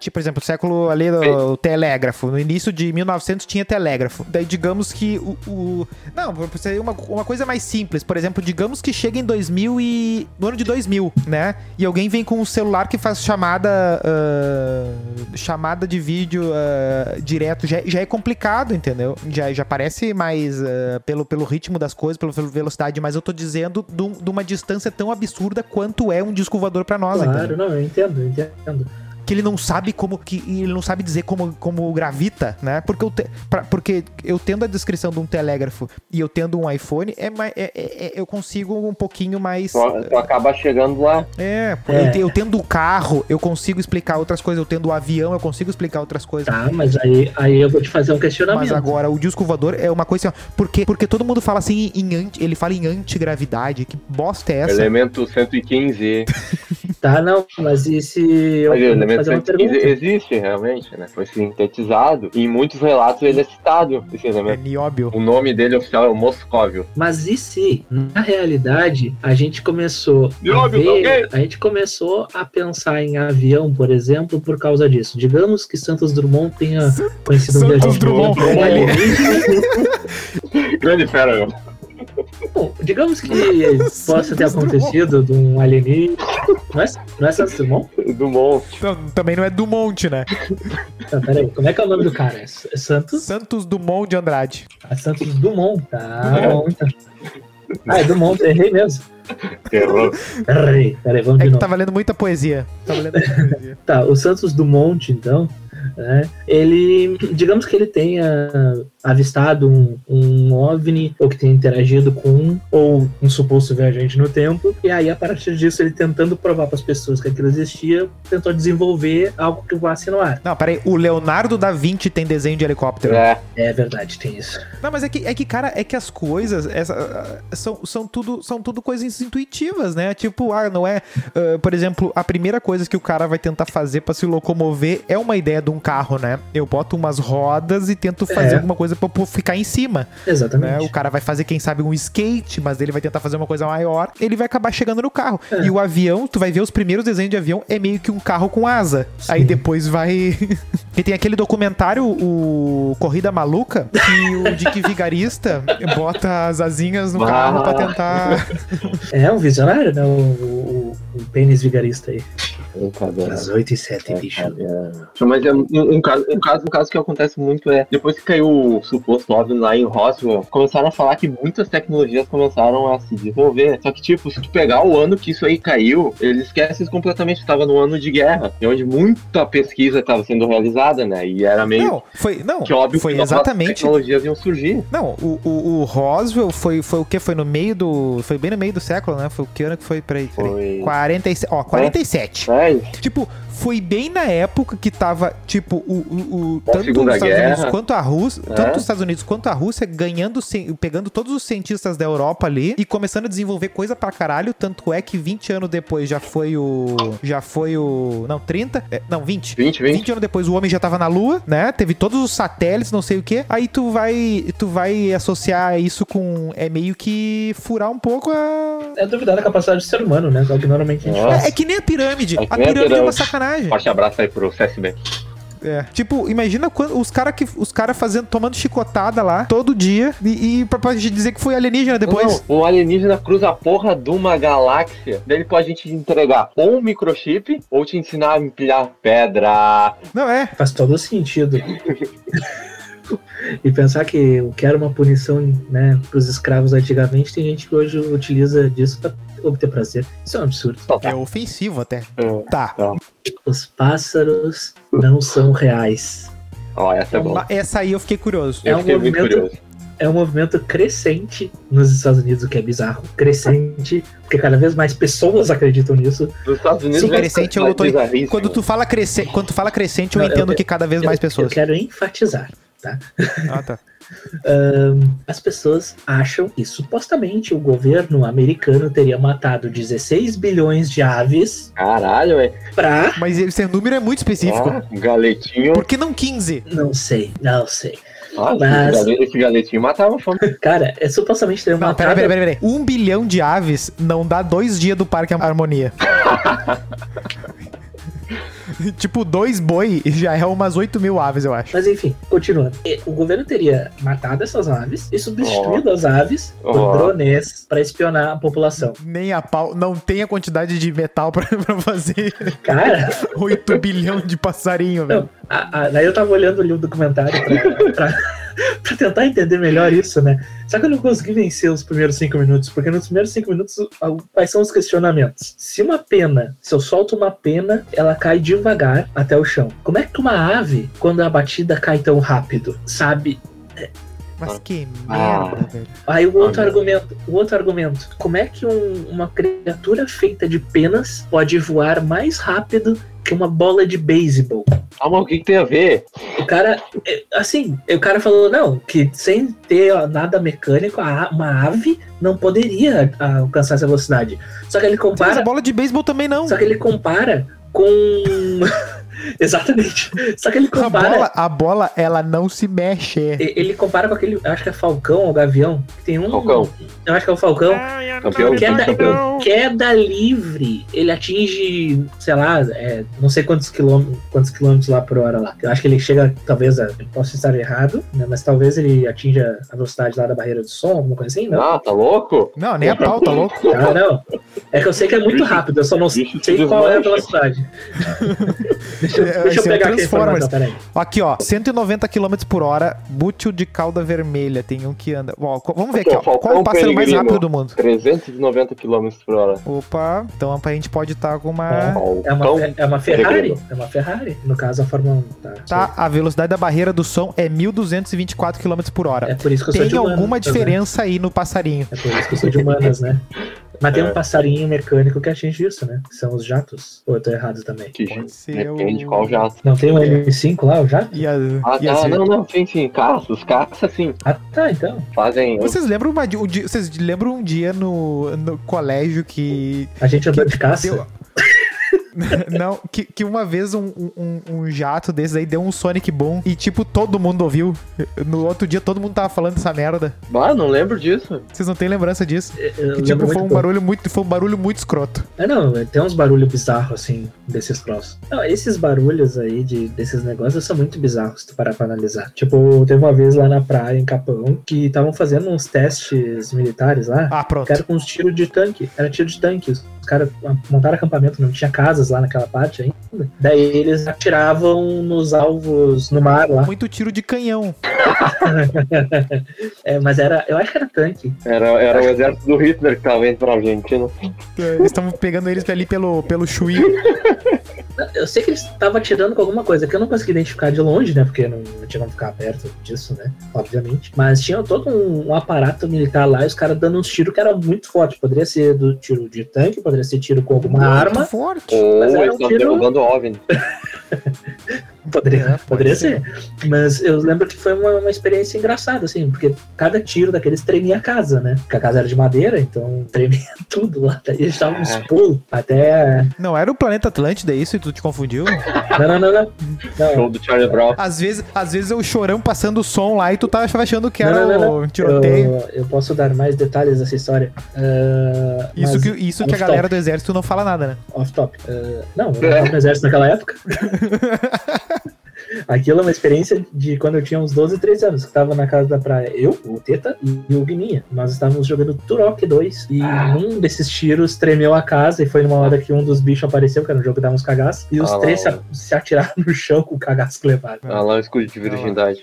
S1: Tipo, por exemplo, o século ali do o telégrafo. No início de 1900 tinha telégrafo. Daí, digamos que o. o- não, seria uma, uma coisa mais simples. Por exemplo, digamos que chega em 2000 e. no ano de 2000, né? E alguém vem com um celular que faz chamada. ah, chamada de vídeo ah, direto. Já, já é complicado, entendeu? Já, já parece mais. ah, pelo, pelo ritmo das coisas, pela velo- velocidade. Mas eu tô dizendo de um- de uma distância tão absurda quanto é um disco voador pra nós, entendeu?
S3: Claro, não, eu entendo, eu entendo.
S1: que ele não sabe como que e ele não sabe dizer como, como gravita, né? Porque eu, te- pra- porque eu tendo a descrição de um telégrafo e eu tendo um iPhone, é, mais- é- é- é- eu consigo um pouquinho mais
S2: Tu, tu acaba chegando lá.
S1: é, pô,
S3: É.
S1: Eu, te- eu tendo o carro, eu consigo explicar outras coisas, eu tendo o avião, eu consigo explicar outras coisas.
S3: Tá, mas aí, aí eu vou te fazer um
S1: Mas
S3: questionamento.
S1: agora o disco voador é uma coisa assim, ó, porque porque todo mundo fala assim em, anti, ele fala em antigravidade, que bosta é essa?
S2: Elemento 115.
S3: Tá, não, mas e se eu
S2: Mas o
S3: eu vou
S2: elemento
S3: fazer uma
S2: 115
S3: pergunta?
S2: existe realmente, né? Foi sintetizado. E em muitos relatos ele é citado, esse
S1: É
S2: elemento.
S1: nióbio.
S2: O nome dele oficial é o Moscóvio.
S3: Mas e se, na realidade, a gente começou
S2: De
S3: a
S2: óbvio,
S3: ver, a gente começou a pensar em avião, por exemplo, por causa disso. Digamos que Santos Dumont tenha conhecido um
S1: Santos
S3: viajante do
S1: Dumont,
S3: tempo
S1: ele-
S3: alienígena.
S2: Grande fera, meu.
S3: Bom, digamos que
S1: Santos
S3: possa ter
S1: Dumont.
S3: acontecido de um alienígena. Não é, não é Santos Dumont?
S2: Dumont.
S1: Não, também não é Dumont, né?
S3: Tá, peraí, como é que é o nome do cara? É Santos?
S1: Santos Dumont de Andrade.
S3: É Santos Dumont. Tá bom, então. Ah, é Dumont, errei mesmo.
S2: Errou.
S3: Errei, peraí, vamos
S1: É
S3: de
S1: que
S3: novo.
S1: tava lendo muita poesia. Tava lendo muita poesia.
S3: Tá, o Santos Dumont, então, né, ele, digamos que ele tenha avistado um, um OVNI, ou que tenha interagido com um, ou um suposto viajante no tempo, e aí, a partir disso, ele tentando provar para as pessoas que aquilo existia, tentou desenvolver algo que voasse no ar.
S1: Não, peraí, o Leonardo da Vinci tem desenho de helicóptero.
S2: É.
S3: É verdade, tem isso.
S1: Não, mas é que, é que, cara, é que as coisas essa, ah, são, são, tudo, são tudo coisas intuitivas, né? Tipo, ah, não é. ah, por exemplo, a primeira coisa que o cara vai tentar fazer pra se locomover é uma ideia de um um carro, né? Eu boto umas rodas e tento fazer
S3: É.
S1: alguma coisa pra eu ficar em cima. né?
S3: Exatamente.
S1: O cara vai fazer, quem sabe, um skate, mas ele vai tentar fazer uma coisa maior, ele vai acabar chegando no carro.
S3: É.
S1: E o avião, tu vai ver os primeiros desenhos de avião, é meio que um carro com asa. Aí depois vai. e tem aquele documentário, o Corrida Maluca, que o Dick Vigarista bota as asinhas no
S2: Bah.
S1: carro
S2: Ah,
S1: pra tentar.
S3: É um visionário, né? O, o, o pênis vigarista aí.
S2: Eita, velho.
S3: Às 8 e 7, bicho.
S2: É. Mas é um, um caso, um, caso, um caso que acontece muito é, depois que caiu o suposto OVNI lá em Roswell, começaram a falar que muitas tecnologias começaram a se desenvolver. Só que, tipo, se tu pegar o ano que isso aí caiu, eles esquecem completamente que tava no ano de guerra, e onde muita pesquisa estava sendo realizada, né? E era meio
S1: Não, foi. Não,
S2: que óbvio
S1: foi
S2: que tá novas
S1: exatamente.
S2: tecnologias iam surgir.
S1: Não, o, o, o Roswell foi, foi o quê? Foi no meio do. Foi bem no meio do século, né? Foi o que ano que foi? Peraí, peraí.
S2: Foi...
S1: 47. Ó, 47.
S2: Mas,
S1: Tipo, foi bem na época que tava, tipo, o, o, o-
S2: Da
S1: tanto os
S2: Segunda
S1: Estados
S2: Guerra.
S1: Unidos quanto a Rússia,
S2: É.
S1: tanto os Estados Unidos quanto a Rússia ganhando, ci- pegando todos os cientistas da Europa ali e começando a desenvolver coisa pra caralho, tanto é que 20 anos depois já foi o já foi o, não, 30, é, não, 20.
S2: 20, 20,
S1: 20 anos depois o homem já tava na lua, né? Teve todos os satélites, não sei o quê. Aí tu vai, tu vai associar isso com é meio que furar um pouco a
S3: É duvidar da capacidade do ser humano, né? Que é o que normalmente a gente
S2: É.
S3: faz.
S1: é, é que nem a pirâmide.
S2: É que
S1: a
S2: nem a
S1: pirâmide é uma
S2: pirâmide.
S1: sacanagem.
S2: Forte abraço aí pro CSB.
S1: É. Tipo, imagina quando os caras que os cara fazendo tomando chicotada lá todo dia e, e pra, pra gente dizer que foi alienígena depois.
S2: Não, o alienígena cruza a porra de uma galáxia. Daí ele pode te entregar ou um microchip ou te ensinar a empilhar pedra.
S1: Não, é.
S3: Faz todo sentido. e pensar que o que era uma punição né, para os escravos antigamente, tem gente que hoje utiliza disso para obter prazer. Isso é um absurdo.
S2: Só tá.
S1: É ofensivo até.
S2: É.
S1: Tá.
S3: Os pássaros não são reais.
S2: Ó, essa é boa.
S1: Ma- Essa aí eu fiquei curioso.
S3: É
S2: Eu
S3: um
S2: fiquei muito
S3: movimento-
S2: curioso.
S3: É um movimento crescente nos Estados Unidos, o que é bizarro. Crescente, porque cada vez mais pessoas acreditam nisso.
S2: Nos Estados Unidos,
S1: Sim,
S2: vai
S1: crescente,
S2: ficar
S1: eu tô-
S2: bizarríssimo.
S1: Quando tu fala crescente, quando tu fala crescente, eu
S3: Não, eu-
S1: entendo que cada vez mais
S3: Eu-
S1: pessoas.
S3: Eu quero enfatizar.
S1: Ah, tá.
S3: As pessoas acham que supostamente o governo americano teria matado 16 bilhões de aves
S2: Caralho, é.
S3: para
S1: Mas esse número é muito específico.
S2: Ah, um galetinho.
S1: Por que não 15?
S3: Não sei, não sei.
S2: Ah,
S3: Mas-
S2: esse, gale- esse galetinho matava a fome.
S3: Cara, é supostamente ter uma
S1: Não, peraí, peraí, peraí, peraí. Um bilhão de aves não dá dois dias do Parque Harmonia. tipo, dois boi já é umas 8 mil aves, eu acho.
S3: Mas enfim, continuando. E O governo teria matado essas aves e substituído as aves por
S2: Ó.
S3: drones para espionar a população.
S1: Nem a pau, não tem a quantidade de metal pra, pra fazer
S3: Cara,
S1: 8 bilhão de passarinho, velho.
S3: a- a- daí eu tava olhando ali o documentário pra, pra- pra tentar entender melhor isso, né? Só que eu não consegui vencer os primeiros cinco minutos, porque nos primeiros cinco minutos, al- quais são os questionamentos? Se uma pena, se eu solto uma pena, ela cai devagar até o chão. Como é que uma ave, quando a batida cai tão rápido, sabe
S1: Mas que
S2: Ah.
S1: merda, velho.
S3: Aí o outro
S2: Ah, não.
S3: argumento, o outro argumento, como é que um- uma criatura feita de penas pode voar mais rápido que uma bola de beisebol?
S2: Ah, mas o que, que tem a ver?
S3: O cara, é, assim, o cara falou não, que sem ter ó, nada mecânico, a- uma ave não poderia a, alcançar essa velocidade. Só que ele
S1: Mas a
S3: compara,
S1: bola de beisebol também não.
S3: só que ele compara com exatamente. Só que ele
S1: A
S3: compara
S1: bola, a bola, ela não se mexe.
S3: e- Ele compara com aquele, acho que é Falcão ou Gavião, que tem um.
S2: Falcão.
S3: Eu acho que é o Falcão,
S2: Campeão,
S3: Que é da-
S2: campeão.
S3: queda livre, ele atinge, sei lá, é, não sei quantos quilômetros, quantos quilômetros lá por hora lá. Eu acho que ele chega, talvez, a, eu posso estar errado, né, mas talvez ele atinja a velocidade lá da barreira do som, alguma coisa assim, não?
S2: Ah, tá louco?
S1: Não, nem a pau, tá louco?
S3: Ah, não. É que eu sei que é muito rápido, eu só não sei
S2: Bicho te
S3: qual é a
S2: desmancha.
S3: velocidade. deixa,
S1: É,
S3: eu- deixa eu
S1: esse é o
S3: pegar aqui a
S1: Transformers.
S3: informação, peraí.
S1: Aqui, ó, 190 km por hora, bútil de cauda vermelha, tem um que anda. Ó, co- vamos ver aqui, ó.
S2: Falcão
S1: Qual é o
S3: um
S1: pássaro mais
S2: Peregrino.
S1: rápido do mundo?
S2: 390 km por hora.
S1: Opa, então a gente pode estar com uma.
S2: Ó, o
S3: É uma,
S2: cão
S3: é- é uma Ferrari,
S2: Peregrino.
S3: é uma Ferrari, no caso a Fórmula 1, tá?
S1: Tá, a velocidade da barreira do som é 1224 km por hora.
S3: É por isso que eu sou
S1: Tem
S3: de humanas,
S1: alguma
S3: tá vendo?
S1: diferença aí no passarinho.
S3: É por isso que eu sou de humanas, né? Mas tem um
S1: É.
S3: passarinho mecânico que atinge isso, né? Que são os jatos. Ou eu tô errado também.
S2: que
S1: Pode ser o.
S2: Depende de qual jato.
S3: Não tem um
S1: É.
S3: M5 lá, o jato?
S1: E a-
S2: Ah,
S1: e a-
S2: tá, não, não, sim, sim, caça, os caças, sim,
S3: Ah, tá, então.
S2: fazem...
S1: Vocês lembram, uma di- um dia, vocês lembram um dia no, no colégio que
S3: Ah, A gente andou de é caça.
S1: deu, Não, que, que uma vez um, um, um jato desse aí deu um Sonic Boom e, tipo, todo mundo ouviu. No outro dia todo mundo tava falando dessa merda.
S3: Ah,
S2: Bah, não lembro disso.
S1: Vocês não têm lembrança disso?
S3: Eu
S1: Que,
S3: lembro
S1: tipo, foi
S3: muito
S1: um
S3: pouco.
S1: barulho muito, foi um barulho muito escroto.
S3: É, não, tem uns barulhos bizarros, assim, desses troços. Não, esses barulhos aí, de, desses negócios, são muito bizarros, se tu parar pra analisar. Tipo, teve uma vez lá na praia, em Capão, que estavam fazendo uns testes militares lá.
S1: Ah,
S3: Os
S1: pronto.
S3: caras com uns tiros de tanque. Era tiro de tanque. Os caras montaram acampamento, não tinha casas lá naquela parte ainda. Daí eles atiravam nos alvos no mar lá.
S1: Muito tiro de canhão.
S3: É, mas era. Eu acho que era tanque.
S2: Era, era o exército do Hitler que tava indo pra Argentina.
S1: Estamos pegando eles ali pelo, pelo chui.
S3: Eu sei que eles estavam atirando com alguma coisa que eu não consegui identificar de longe, né? Porque não, não tinha como ficar perto disso, né? Obviamente. Mas tinha todo um, um aparato militar lá e os caras dando uns tiros que era muito forte. Poderia ser do tiro de tanque, poderia ser tiro com alguma arma.
S1: Muito forte.
S2: Ou
S3: Mas era um
S2: eles estavam
S3: tiro-
S2: derrubando OVNI.
S3: Poderia,
S1: É, pode
S3: poderia
S1: ser.
S3: ser. Mas eu lembro que foi uma, uma experiência engraçada, assim, porque cada tiro daqueles tremia a casa, né? Porque a casa era de madeira, então tremia tudo lá. Daí eles davam uns pulos até.
S1: Não era o planeta Atlântida, é isso? E tu te confundiu?
S3: Não, não, não, não.
S2: Show
S3: não.
S2: do Charlie Brown.
S1: Às vezes, às vezes eu chorão passando o som lá e tu tava achando que era
S3: Não, não, não,
S1: o tiroteio.
S3: Eu, eu posso dar mais detalhes dessa história. Ah,
S1: Isso
S3: mas
S1: que, isso que a
S3: off-top.
S1: galera do exército não fala nada, né?
S3: Off top. Ah, não, eu não tava no exército naquela época. Aquilo é uma experiência de quando eu tinha uns 12, 13 anos, que tava na casa da praia. Eu, o Teta e o Guininha. Nós estávamos jogando Turok 2 e
S2: Ah.
S3: um desses tiros tremeu a casa e foi numa hora que um dos bichos apareceu, que era um jogo que dava uns cagaços, e os
S2: Ah, lá,
S3: três se,
S2: lá.
S3: se atiraram no chão com o cagaço que levaram.
S2: Ah lá, o escudo de virgindade.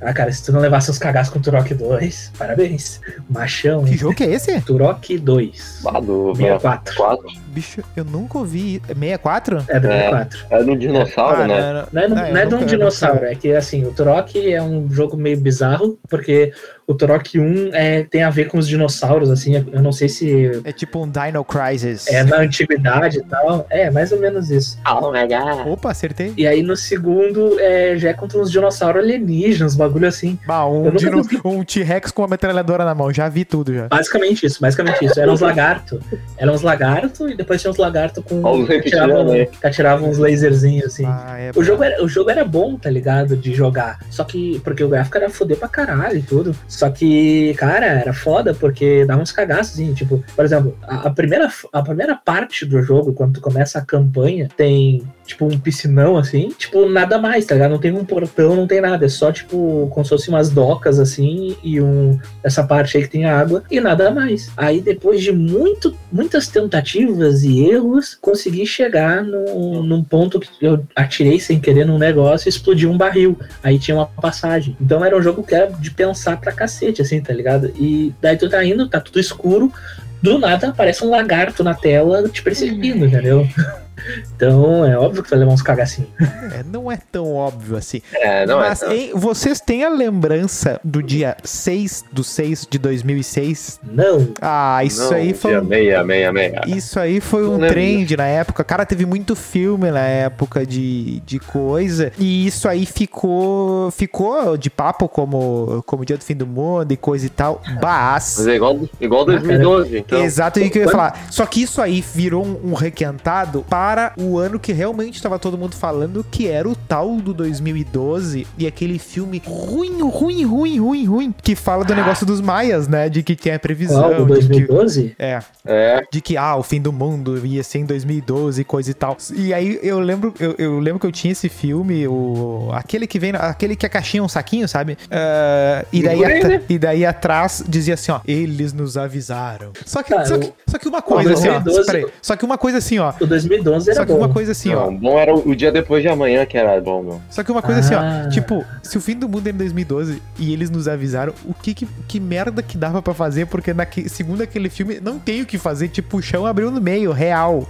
S3: Ah, cara, se tu não levasse os cagaços com Turok 2, parabéns. Machão,
S1: Que
S3: hein?
S1: jogo que é esse?
S3: Turok 2.
S2: Ah, do
S3: 64.
S2: 4.
S1: Bicho, eu nunca ouvi. 64?
S3: É do
S2: É.
S3: 64.
S2: Era um dinossauro,
S1: Ah,
S2: né?
S1: não, não.
S3: Não é,
S1: Ah, eu
S3: não é de
S1: nunca-
S3: um
S1: eu
S3: dinossauro, é que assim, o Turok é um jogo meio bizarro, porque o Turok 1 é, tem a ver com os dinossauros, assim, eu não sei se
S1: É tipo um Dino Crisis.
S3: é na antiguidade e tal. É, mais ou menos isso.
S2: Oh my god.
S1: Opa, acertei.
S3: E aí no segundo é, já é contra uns dinossauros alienígenas, uns bagulho assim.
S1: Bah, um,
S3: Eu nunca
S1: dino- um T-Rex com uma metralhadora na mão. Já vi tudo já.
S3: Basicamente isso, basicamente isso. Eram uns lagartos. Eram uns lagartos e depois tinha uns lagartos com.
S2: Ó, os
S3: que atiravam,
S2: reptilianos aí.
S3: que atiravam uns laserzinhos assim.
S1: Ah, é,
S3: O jogo, era, o jogo era bom, tá ligado? De jogar. Só que. Porque o gráfico era foder pra caralho e tudo. Só que, cara, era foda porque dava uns cagaços, assim. Tipo, por exemplo, a, a primeira, a primeira parte do jogo, quando tu começa a campanha, tem. Tipo, um piscinão assim, tipo, nada mais, tá ligado? Não tem um portão, não tem nada. É só, tipo, como se fosse umas docas assim e um. Essa parte aí que tem a água e nada mais. Aí, depois de muito, muitas tentativas e erros, consegui chegar no, num ponto que eu atirei sem querer num negócio e explodiu um barril. Aí tinha uma passagem. Então era um jogo que era de pensar pra cacete, assim, tá ligado? E daí tu tá indo, tá tudo escuro. Do nada aparece um lagarto na tela te
S1: Hum.
S3: perseguindo, entendeu? Então é óbvio que vai levar uns cagacinhos.
S1: É, não é tão óbvio assim.
S2: É, não
S1: Mas
S2: é.
S1: hein, vocês têm a lembrança do dia 6 do 6 de 2006?
S3: Não,
S1: Ah, isso
S2: Não,
S1: aí foi
S2: dia
S1: um
S2: Meia, meia, meia.
S1: Isso aí foi um
S2: Não é lembro
S1: trend na época. Cara, teve muito filme na época de, de coisa. E isso aí ficou ficou de papo como, como Dia do Fim do Mundo e coisa e tal. Mas.
S2: Mas é igual, igual 2012, então.
S1: Exato, é o que eu ia
S2: Quando-
S1: falar. Só que isso aí virou um, um requentado para o ano que realmente estava todo mundo falando, que era o tal do 2012 e aquele filme ruim, ruim, ruim, ruim, ruim, que fala do negócio dos maias, né? De que tinha previsão.
S3: qual? Do
S1: de que,
S3: 2012?
S1: é,
S2: É,
S1: de que ah, o fim do mundo ia ser em 2012 e coisa e tal. E aí eu lembro, eu, eu lembro que eu tinha esse filme, o aquele que vem, aquele que a caixinha é um saquinho, sabe? Ah, e daí
S2: Por aí,
S1: atra-
S2: né?
S1: e daí atrás dizia assim, ó, eles nos avisaram. Só que
S3: Ah,
S1: só
S3: eu-
S1: que, só que uma coisa assim, ó,
S3: 2012
S1: peraí, só que uma coisa assim, ó,
S3: O 2012 era
S1: só que
S3: bom.
S1: uma coisa assim, ó,
S2: não, bom era o, o dia depois de amanhã que era bom, meu.
S1: só que uma coisa assim, ó,
S3: Ah.
S1: tipo, se o fim do mundo era em 2012 e eles nos avisaram, o que que, que merda que dava pra fazer? Porque naque, segundo aquele filme, não tem o que fazer, tipo, o chão abriu no meio, real.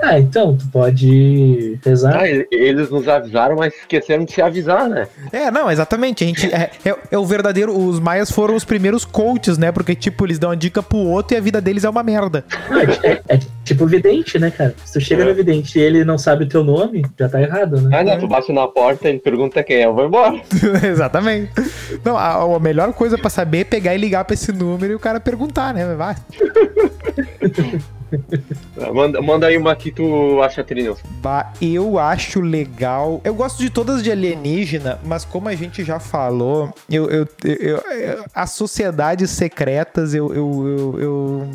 S3: Ah, então, tu pode rezar.
S2: Ah, e- eles nos avisaram, mas esqueceram de se avisar, né?
S1: É, não, exatamente. A gente é, é- é o verdadeiro. Os maias foram os primeiros coaches, né? Porque, tipo, eles dão uma dica pro outro e a vida deles é uma merda.
S3: Ah, É, é tipo vidente, né, cara? Se tu chega
S2: É.
S3: no vidente e ele não sabe o teu nome, já tá errado, né?
S2: Ah, não, tu bate na porta, ele pergunta quem é, eu vou embora.
S1: exatamente. Não, a, a melhor coisa pra saber é pegar e ligar pra esse número e o cara perguntar, né? Vai.
S2: Manda, manda aí uma que tu acha trilha.
S1: Bah, eu acho legal. Eu gosto de todas de alienígena, mas como a gente já falou, eu, eu, eu- eu- as sociedades secretas, eu, eu, eu, eu,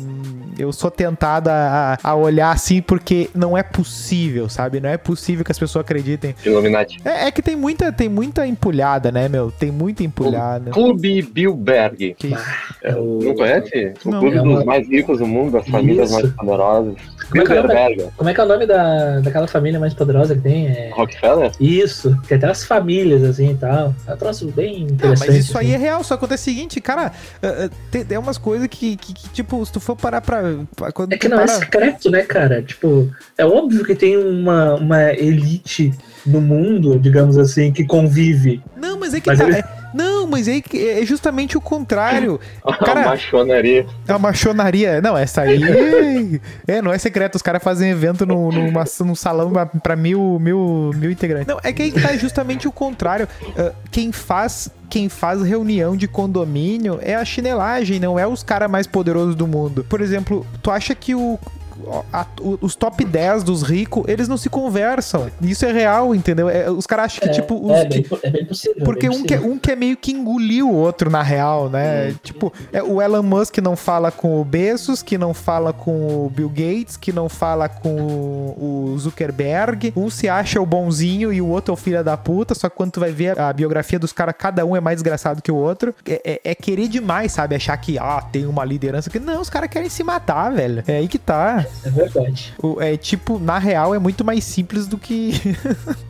S1: eu sou tentada a, a olhar assim porque não é possível, sabe? Não é possível que as pessoas acreditem.
S2: Illuminati.
S1: É, é que tem muita, tem muita empulhada, né, meu? Tem muita empulhada.
S2: Clube Bilberg.
S1: Que-
S3: É o-
S2: Ah, Não conhece? O
S1: Não.
S2: clube
S3: É
S2: dos
S3: uma-
S2: mais ricos do mundo, das famílias
S3: Isso.
S2: mais poderosas.
S3: Como é que é o nome?
S2: Bilderberg,
S3: Como é que é o nome da, daquela família mais poderosa que tem? É...
S2: Rockefeller?
S3: Isso, tem até as famílias assim e tal. É um troço bem
S1: Ah,
S3: interessante.
S1: mas isso aí
S3: assim.
S1: é real, só acontece o seguinte, cara, ah, ah, tem- é umas coisas que, que- que, tipo, se tu for parar pra. pra- quando
S3: É que
S1: tu
S3: não é
S1: para-
S3: secreto, né, cara? Tipo, é óbvio que tem uma, uma elite no mundo, digamos assim, que convive.
S1: Não, mas é que
S3: Mas
S1: tá.
S3: ele-
S1: é- não, mas é, que- é justamente o contrário.
S2: A
S1: Cara-
S2: machonaria.
S1: É uma machonaria. Não, essa aí. É, não é secreto. Os caras fazem evento no, numa, num salão pra- pra mil, mil, mil integrantes. Não, é que aí que tá justamente o contrário. Ah, quem faz. Quem faz reunião de condomínio é a chinelagem, não é os caras mais poderosos do mundo. Por exemplo, tu acha que o a- o- os top 10 dos ricos, eles não se conversam. Isso é real, entendeu? É, os caras acham que, tipo, os
S3: é,
S1: que-
S3: bem, po- é bem possível.
S1: porque
S3: bem
S1: um que,
S3: possível.
S1: um que é meio que engoliu o outro, na real, né? Tipo, é, o Elon Musk não fala com o Bezos, que não fala com o Bill Gates, que não fala com o o Zuckerberg. Um se acha o bonzinho e o outro é o filho da puta, só que quando tu vai ver a biografia dos caras, cada um é mais desgraçado que o outro. É, é- é querer demais, sabe? Achar que, ah, tem uma liderança que... Não, os caras querem se matar, velho. É aí que tá.
S3: É verdade.
S1: O- É tipo, na real, é muito mais simples do que...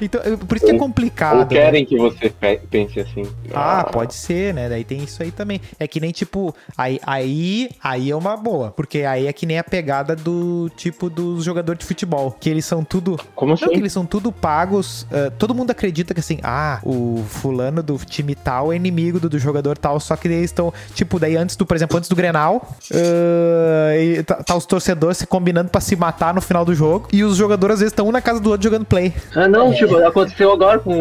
S1: Então, é- por isso que é
S2: Ou-
S1: complicado.
S2: Ou
S1: né?
S2: querem que você pe- pense assim.
S1: Ah, pode ser, né? Daí tem isso aí também. É que nem tipo, aí, aí, aí é uma boa, porque aí é que nem a pegada do tipo dos jogadores de futebol, que eles são tudo,
S2: Como assim?
S1: não, que eles são tudo pagos. ah, todo mundo acredita que assim, ah, o fulano do time tal é inimigo do, do jogador tal, só que eles estão, tipo, daí antes do, por exemplo, antes do Grenal, ah, e tá, tá os torcedores se combinando pra se matar no final do jogo, e os jogadores às vezes estão um na casa do outro jogando play.
S2: Ah,
S1: É.
S2: não, tipo, aconteceu agora com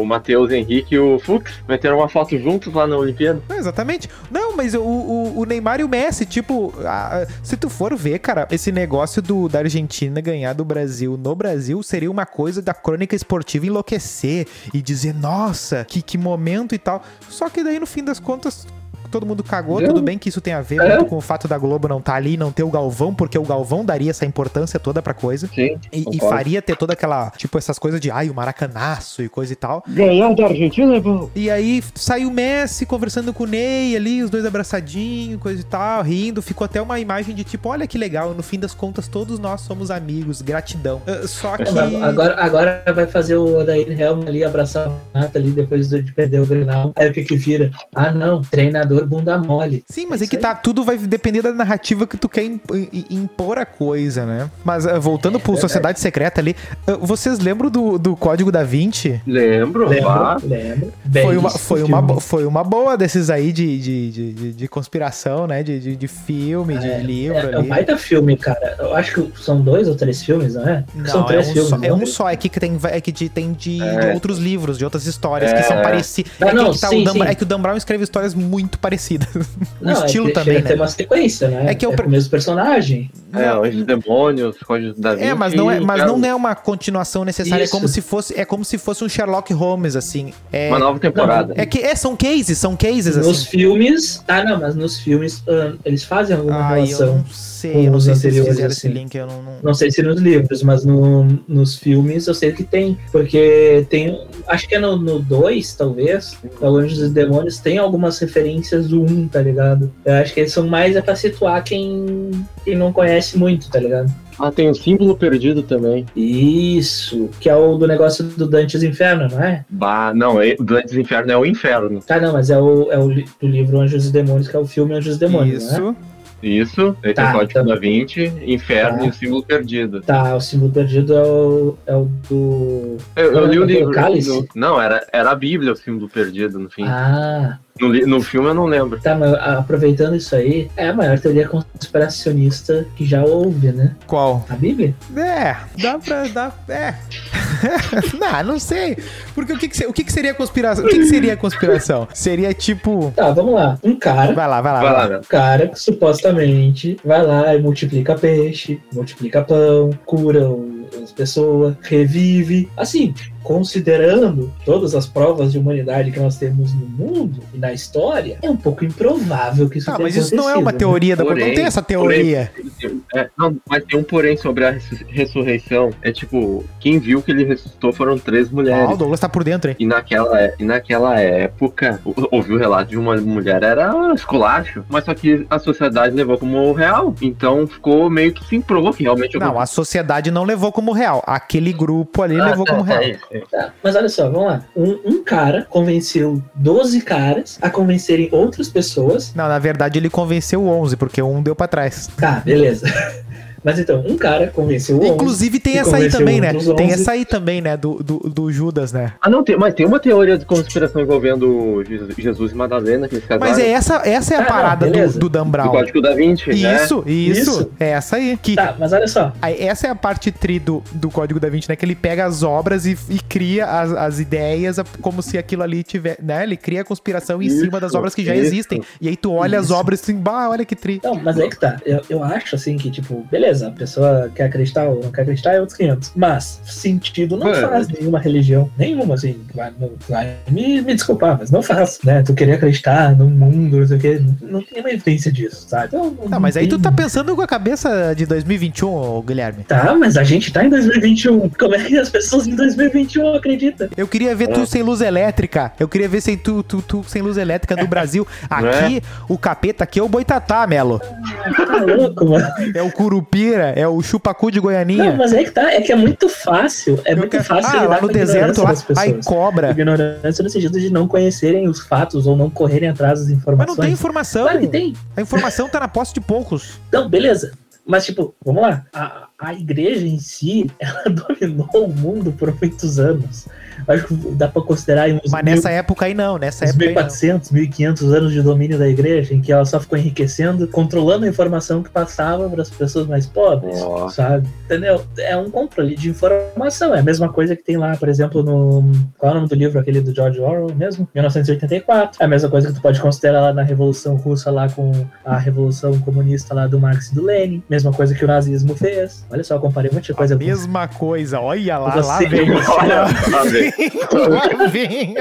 S2: o Matheus Henrique e o Fux. Meteram uma foto juntos lá na Olimpíada.
S1: Não, exatamente. Não, mas o, o, o Neymar e o Messi, tipo, a- a- se tu for ver, cara, esse negócio do, da Argentina ganhar do Brasil no Brasil seria uma coisa da crônica esportiva enlouquecer e dizer, nossa, que, que momento e tal. Só que daí, no fim das contas. Todo mundo cagou,
S2: Não.
S1: tudo bem que isso tem a ver
S2: É.
S1: muito com o fato da Globo não estar ali, não ter o Galvão, porque o Galvão daria essa importância toda pra coisa.
S2: Sim.
S1: E- E,
S2: Concordo.
S1: faria ter toda aquela, tipo, essas coisas de, ai, o maracanaço e coisa e tal.
S5: Ganhar da Argentina é bom.
S1: E aí saiu o Messi conversando com o Ney ali, os dois abraçadinhos, coisa e tal, rindo. Ficou até uma imagem de tipo, olha que legal, no fim das contas todos nós somos amigos, gratidão. Ah, Só que...
S3: É, Agora, agora vai fazer o Odair Helm ali abraçar o Nata ali depois de perder o Grenal. Aí o que que vira? Ah, não, treinador bunda mole.
S1: Sim, mas
S3: É
S1: é que
S3: isso
S1: tá, tudo vai depender da narrativa que tu quer imp- i- impor a coisa, né? Mas ah,
S3: É
S1: voltando pro Sociedade Secreta ali, ah, vocês lembram do, do Código da Vinci?
S2: Lembro, ah,
S3: Lembro,
S1: Foi
S3: lembro.
S1: uma,
S3: Belíssimo
S1: foi, uma,
S3: filme.
S1: bo- foi uma boa desses aí de, de, de, de- de conspiração, né? De, de, de filme, de livro
S3: É, é um
S1: ali.
S3: baita filme, cara. Eu acho que são dois ou três filmes, não é?
S1: Não,
S3: são três
S1: é um
S3: filmes.
S1: só.
S3: não
S1: É um só, é que tem, é que de- tem de,
S2: É.
S1: de outros livros, de outras histórias que são
S2: É.
S1: parecidas.
S3: Ah,
S1: É, que
S3: não,
S1: que tá
S3: sim,
S1: o Dan
S3: sim.
S1: Brown- é que o Dan Brown escreve histórias muito parecidas. o
S3: Não, é
S1: estilo
S3: que
S1: também,
S3: chega a ter
S1: né?
S3: uma sequência, né?
S1: É que eu
S3: o
S1: pre-
S3: mesmo personagem.
S2: é, Anjos e Demônios, Códigos da Vinci.
S1: É, mas não é, mas
S2: é
S1: não é uma continuação necessária. É
S3: Isso.
S1: como se fosse, é como se fosse um Sherlock Holmes assim. É,
S2: Uma nova temporada.
S1: é que é, são cases, são cases
S3: Nos
S1: assim.
S3: filmes. Ah, não, mas nos filmes ahn, eles fazem alguma
S1: Ah, eu
S3: relação.
S1: não sei, eu
S3: com
S1: não
S3: os
S1: sei se eles
S3: anteriores,
S1: fizeram esse
S3: um assim.
S1: link, eu não. não-
S3: Não sei se nos livros, mas no- nos filmes eu sei que tem. Porque tem. Acho que é no 2, talvez. É o Anjos e Demônios tem algumas referências do 1, um, tá ligado? Eu acho que eles são mais é pra situar quem, quem não conhece muito, tá ligado?
S2: Ah, tem o símbolo perdido também.
S3: Isso, que é o do negócio do Dantes Inferno, não é?
S2: Bah, não, é, Dantes do Inferno é o Inferno.
S3: Tá, não, mas é o, é o li- do livro Anjos e Demônios, que é o filme Anjos e Demônios, né?
S1: Isso.
S2: Isso, é, aí tem
S3: Tá,
S2: o Código
S3: tá.
S2: tipo, da Vinci, Inferno
S3: Tá.
S2: e o símbolo perdido.
S3: Tá, o símbolo perdido é o, é o do.
S2: Eu, eu li o
S3: Era
S2: livro.
S3: o Cálice?
S2: Não, era, era a Bíblia o símbolo perdido, no fim.
S3: Ah,
S2: No, li- no filme eu não lembro.
S3: Tá, mas a- aproveitando isso aí, é a maior teoria conspiracionista que já houve, né?
S1: Qual?
S3: A Bíblia?
S1: É, dá pra. Dá, é. não, não sei. Porque o que, que, se- o que, que seria conspiração? O que, que seria conspiração? Seria tipo.
S3: Tá, vamos lá. Um cara.
S1: Vai lá, vai lá.
S2: Vai
S1: vai lá.
S2: lá, velho.
S3: um Cara, que supostamente vai lá e multiplica peixe, multiplica pão, cura o- as pessoas, revive. Assim, considerando todas as provas de humanidade que nós temos no mundo e na história, é um pouco improvável que isso
S1: Ah,
S3: tenha
S1: mas isso não é uma
S3: acontecido, né?
S1: teoria da Não
S2: Porém,
S1: tem essa
S2: porém.
S1: teoria.
S2: É, não, mas tem um porém sobre a ressu- ressurreição. É tipo, quem viu que ele ressuscitou foram três
S1: Ó, o
S2: mulheres.
S1: Douglas tá por dentro, hein?
S2: E naquela, é- e naquela época, o- ouvi o relato de uma mulher, era esculacho. Mas só que a sociedade levou como real. Então ficou meio que se provou que realmente
S1: Não, a sociedade não levou como real. Aquele grupo ali
S2: aconteceu.
S1: levou como
S2: Ah, tá,
S1: real.
S2: é isso, é isso.
S3: Tá, mas olha só, vamos lá. Um, um cara convenceu 12 caras a convencerem outras pessoas
S1: Não, na verdade ele convenceu 11, porque um deu pra trás.
S3: Tá, beleza. Mas então, um cara convenceu o Inclusive,
S1: Inclusive tem
S3: que
S1: essa aí
S3: convenceu um
S1: também, né?
S3: outros
S1: Tem
S3: 11.
S1: essa aí também, né? Do, do, do Judas, né?
S2: Ah, não, tem, mas tem uma teoria de conspiração envolvendo Jesus- Jesus e Madalena, que eles casaram.
S1: Mas é essa, essa é a
S3: Ah, não,
S1: parada do,
S3: beleza.
S1: do Dan
S2: do
S1: Brown.
S2: Código da Vinci, né?
S1: Isso, isso,
S3: Isso.
S1: É essa aí. Que
S3: Tá, mas olha só.
S1: aí, essa é a parte tri do, do Código da Vinci, né? Que ele pega as obras e, e cria as, as ideias a- como se aquilo ali tiver, né? Ele cria a conspiração em
S2: Isso,
S1: cima das obras que já
S2: isso.
S1: existem. E aí tu olha as
S3: Isso.
S1: obras assim, bah, olha que tri.
S3: Não, mas é que tá. Eu, eu acho assim que, tipo, beleza, a pessoa quer acreditar ou não quer acreditar é outros 500. Mas sentido não
S2: Mano.
S3: faz nenhuma religião. Nenhuma, assim. Vai, não- vai me, me desculpar, mas não faz, né? Tu querer acreditar num mundo, não sei o quê. Não, não tem uma evidência disso, sabe? Então,
S1: Tá, mas aí tu
S3: tem-
S1: tá pensando com a cabeça de 2021, ô, Guilherme.
S3: Tá, mas a gente tá em 2021. Como é que as pessoas em 2021 acreditam?
S1: Eu queria ver
S3: É.
S1: tu sem luz elétrica. Eu queria ver sem tu, tu, tu sem luz elétrica no Brasil.
S3: é?
S1: Aqui, o capeta aqui é o boitatá, Melo.
S3: Tá louco, mano.
S1: É o curupira, é o chupacu de
S3: Não,
S1: Goianinha.
S3: mas é que tá, é que é muito fácil, é
S1: Eu
S3: muito
S1: quero-
S3: fácil
S1: Ah,
S3: lidar
S1: lá
S3: com
S1: no
S3: a ignorância
S1: deserto, lá,
S3: das pessoas.
S1: ai, cobra.
S3: Ignorância no sentido de não conhecerem os fatos ou não correrem atrás das
S1: Mas
S3: informações.
S1: não tem informação.
S3: Claro que tem.
S1: A informação tá na posse de poucos.
S3: Então, beleza. Mas, tipo, vamos lá. A, a igreja em si, ela dominou o mundo por muitos anos. Acho que dá pra considerar aí uns,
S1: Mas nessa época aí não, nessa
S3: mil, uns
S1: época aí não.
S3: 1400, 1500 anos de domínio da igreja, em que ela só ficou enriquecendo, controlando a informação que passava para as pessoas mais pobres.
S2: Ó.
S3: sabe? Entendeu? É um controle de informação. É a mesma coisa que tem lá, por exemplo, no. Qual é o nome do livro aquele do George Orwell mesmo? 1984. É a mesma coisa que tu pode considerar lá na Revolução Russa, lá com a Revolução Comunista lá do Marx e do Lenin. Mesma coisa que o nazismo fez. Olha só, eu comparei um monte de coisa.
S1: A mesma coisa, olha lá, lá
S3: Você-
S1: vem.
S2: Olha, tá vendo?
S1: lá vem.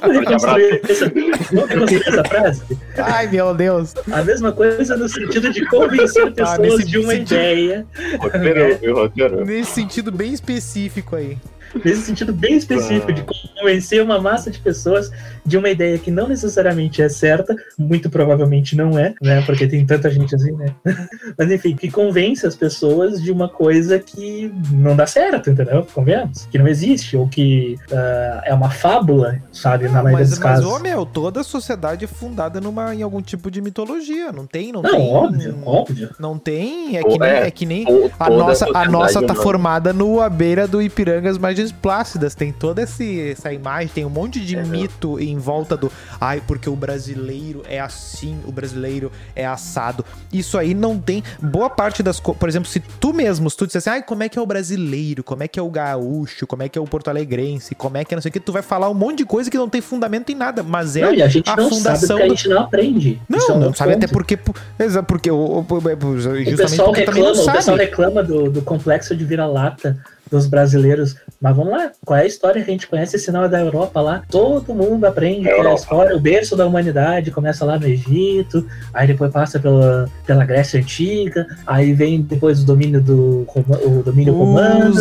S3: Vamos reconstruir essa- é vamos reconstruir essa frase?
S1: Ai, meu Deus.
S3: A mesma coisa no sentido de convencer
S1: Tá,
S3: pessoas
S1: nesse
S3: de uma
S1: sentido.
S3: ideia.
S2: Roteiro, eu roteiro.
S1: Nesse sentido bem específico aí.
S3: Nesse sentido bem específico, de convencer uma massa de pessoas de uma ideia que não necessariamente é certa, muito provavelmente não é, né? Porque tem tanta gente assim, né? Mas enfim, que convence as pessoas de uma coisa que não dá certo, entendeu? Convenhamos. Que não existe, ou que ah, é uma fábula, sabe? Na
S1: Ah,
S3: maioria
S1: mas,
S3: dos
S1: mas
S3: casos.
S1: ô, meu, toda sociedade é fundada numa, em algum tipo de mitologia. Não tem, não,
S3: não,
S1: tem. um
S3: óbvio, óbvio.
S1: Não tem, é que nem. É que nem
S2: To-
S1: a
S2: toda
S1: nossa, a
S2: sociedade
S1: nossa tá
S2: humana.
S1: formada no à beira do Ipirangas Margens Plácidas. Tem toda esse, essa imagem, tem um monte de
S2: É.
S1: mito em volta do. Ai, porque o brasileiro é assim, o brasileiro é assado. Isso aí não tem. Boa parte das coisas. Por exemplo, se tu mesmo, se tu disser assim, ai, como é que é o brasileiro, como é que é o gaúcho, como é que é o porto-alegrense, como é que é não sei o que, tu vai falar um monte de coisa que não tem fundamento em nada. Mas é
S3: Não, e a gente
S1: a
S3: não sabe
S1: fundação
S3: porque a
S1: do-
S3: gente não aprende. Isso é
S1: não,
S3: um
S1: não sabe
S3: ponto.
S1: até porque. por- exa- Porque o, o- o- justamente
S3: O pessoal
S1: porque também
S3: reclama,
S1: não
S3: o pessoal
S1: sabe.
S3: reclama do, do complexo de vira-lata dos brasileiros. Mas vamos lá, qual é a história que a gente conhece, se não é da Europa lá? Todo mundo aprende
S2: É
S3: qual é a
S2: Europa.
S3: história, o berço da humanidade, começa lá no Egito, aí depois passa pela, pela Grécia Antiga, aí vem depois o domínio do Roma- o domínio
S1: Os
S3: romano,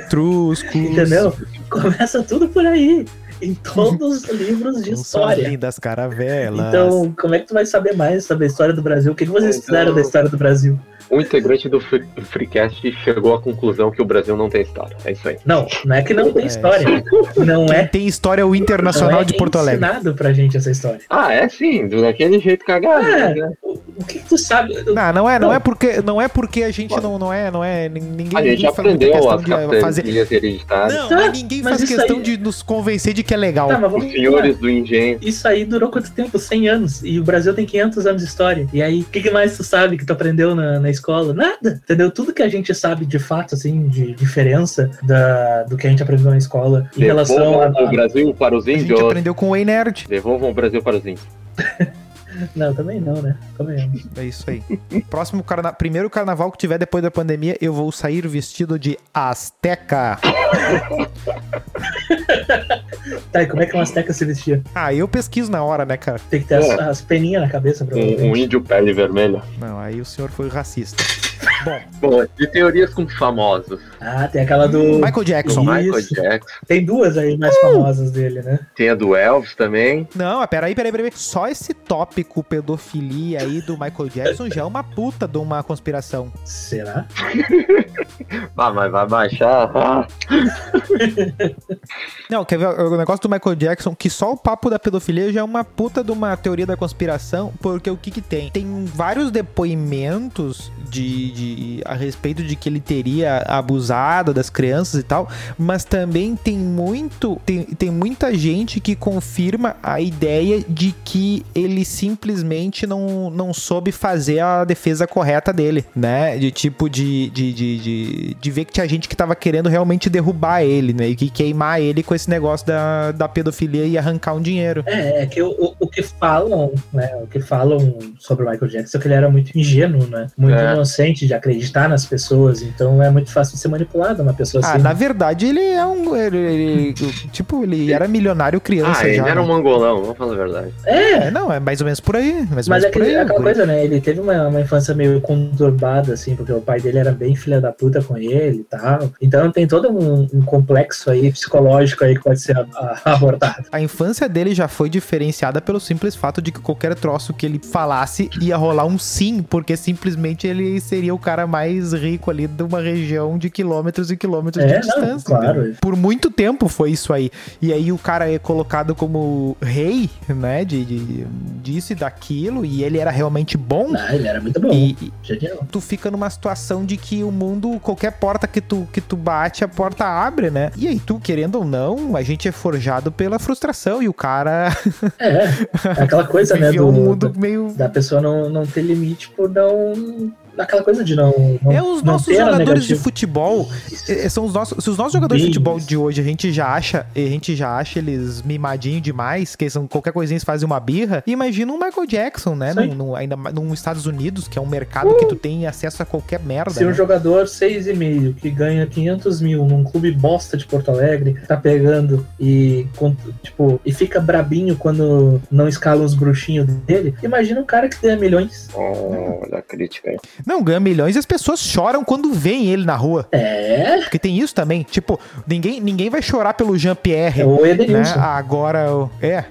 S1: etruscos.
S3: entendeu? Começa tudo por aí, em todos os livros de
S1: Com suas
S3: história.
S1: lindas caravelas.
S3: Então, como é que tu vai saber mais sobre a história do Brasil? O que, que vocês
S2: Então-
S3: fizeram da história do Brasil?
S2: Um integrante do Free- Freecast chegou à conclusão que o Brasil não tem Estado. É isso aí.
S3: Não, não é que não tem
S1: É.
S3: história. Não
S1: Quem
S3: é.
S1: tem história é o Internacional
S3: não é
S1: de Porto Alegre.
S3: ensinado pra gente essa história.
S2: Ah, é sim, do- daquele jeito cagado.
S3: É.
S2: né?
S3: O- o que, que tu sabe?
S1: Não, não é, não, é porque não é porque a gente não, não é, não é nin- ninguém,
S2: A
S1: ninguém
S2: gente já
S1: faz muita
S2: aprendeu
S1: questão
S2: as
S1: de, eh, fazer.
S2: capitanias hereditárias.
S1: Não,
S3: Tá,
S1: mas ninguém
S3: mas
S1: faz
S3: isso
S1: questão
S3: aí-
S1: de nos convencer de que é legal.
S3: Tá, mas vamos-
S2: Os senhores do engenho.
S3: Isso aí durou quanto tempo? 100 anos. E o Brasil tem 500 anos de história. E aí, o que, que mais tu sabe que tu aprendeu na, na escola? Nada. Entendeu? Tudo que a gente sabe de fato, assim, de diferença da, do que a gente aprendeu na escola em relação a.
S2: Devolvam o Brasil para os
S1: a gente
S2: índios.
S1: aprendeu com o Ei Nerd.
S2: Devolvam o Brasil para os índios.
S3: Não, também não, né? Também não.
S1: É isso aí. Próximo carna... primeiro carnaval que tiver depois da pandemia, eu vou sair vestido de asteca.
S3: Tá, e como é que uma asteca se vestia?
S1: Ah, eu pesquiso na hora, né, cara?
S3: Tem que ter as,
S2: É.
S3: as peninhas na cabeça, provavelmente.
S2: Um, um índio pele vermelha.
S1: Não, aí o senhor foi racista. Bom,
S2: Bom, de teorias com famosos.
S3: Ah, tem aquela do.
S1: Michael Jackson.
S3: Isso.
S2: Michael Jackson.
S3: Tem duas aí mais famosas dele, né?
S2: Tem a do Elvis também.
S1: Não, mas peraí, peraí, peraí. Só esse tópico pedofilia aí do Michael Jackson já é uma puta de uma conspiração.
S3: Será?
S2: Ah, mas vai baixar. Ah,
S1: Não, quer ver o negócio do Michael Jackson, que só o papo da pedofilia já é uma puta de uma teoria da conspiração, porque o que que tem? Tem vários depoimentos de, de- a respeito de que ele teria abusado das crianças e tal, mas também tem muito, tem, tem muita gente que confirma a ideia de que ele simplesmente não, não soube fazer a defesa correta dele, né? De tipo de, de, de, de, de ver que tinha gente que tava querendo realmente derrubar ele, né? E que queimar ele com esse negócio da, da pedofilia e arrancar um dinheiro.
S3: É, é que o, o, o que falam, né? O que falam sobre o Michael Jackson é que ele era muito ingênuo, né? Muito
S2: É.
S3: inocente de acreditar nas pessoas. Então é muito fácil de ser manipulado uma pessoa
S1: Ah,
S3: assim.
S1: na verdade ele é um. ele- ele- tipo, ele era milionário criança
S2: ah ele
S1: já.
S2: era
S1: né?
S2: um mongolão, vamos falar a verdade.
S1: É, não, é mais ou menos por aí. Mais ou
S3: Mas
S1: menos
S3: é
S1: por
S3: aquele-
S1: aí.
S3: aquela
S1: por aí.
S3: coisa, né? Ele teve uma, uma infância meio conturbada, assim, porque o pai dele era bem filha da puta com ele e tal. Então tem todo um, um complexo aí psicológico aí que pode ser a- a- abordado.
S1: A infância dele já foi diferenciada pelo simples fato de que qualquer troço que ele falasse ia rolar um sim, porque simplesmente ele seria o cara mais rico ali de uma região de quilômetros e quilômetros
S3: É,
S1: de
S3: não,
S1: distância. né?
S3: claro.
S1: entendeu? Por muito tempo foi isso aí. E aí o cara é colocado como rei, né, de, de- disso e daquilo, e ele era realmente bom.
S3: Ah, ele era muito bom.
S1: E, e
S3: Genial.
S1: tu fica numa situação de que o mundo, qualquer porta que tu, que tu bate, a porta abre, né? E aí, tu, querendo ou não, a gente é forjado pela frustração e o cara
S3: É, é aquela coisa, né?
S1: viveu
S3: Do,
S1: um mundo meio.
S3: da pessoa não, não ter limite por não. Aquela coisa de não. não
S1: É os
S3: não
S1: nossos
S3: ter a
S1: jogadores de
S3: negativa.
S1: futebol. é, São os nossos, se os nossos jogadores de
S3: Bem
S1: futebol
S3: isso.
S1: de hoje a gente já acha, a gente já acha eles mimadinho demais, que são qualquer coisinha eles fazem uma birra. Imagina um Michael Jackson, né?
S3: Isso aí.
S1: Num, num- ainda mais nos Estados Unidos, que é um mercado
S3: Uh!
S1: que tu tem acesso a qualquer merda.
S3: Se um
S1: né?
S3: jogador 6,5 que ganha 500 mil num clube bosta de Porto Alegre tá pegando e com- tipo e fica brabinho quando não escala os bruxinhos dele, imagina um cara que ganha milhões.
S2: Oh, olha a crítica aí.
S1: Não ganha milhões e as pessoas choram quando veem ele na rua.
S3: É,
S1: Porque tem isso também. Tipo, ninguém, ninguém vai chorar pelo Jean-Pierre.
S3: é o
S1: né?
S3: Edenilson.
S1: Agora. o- É.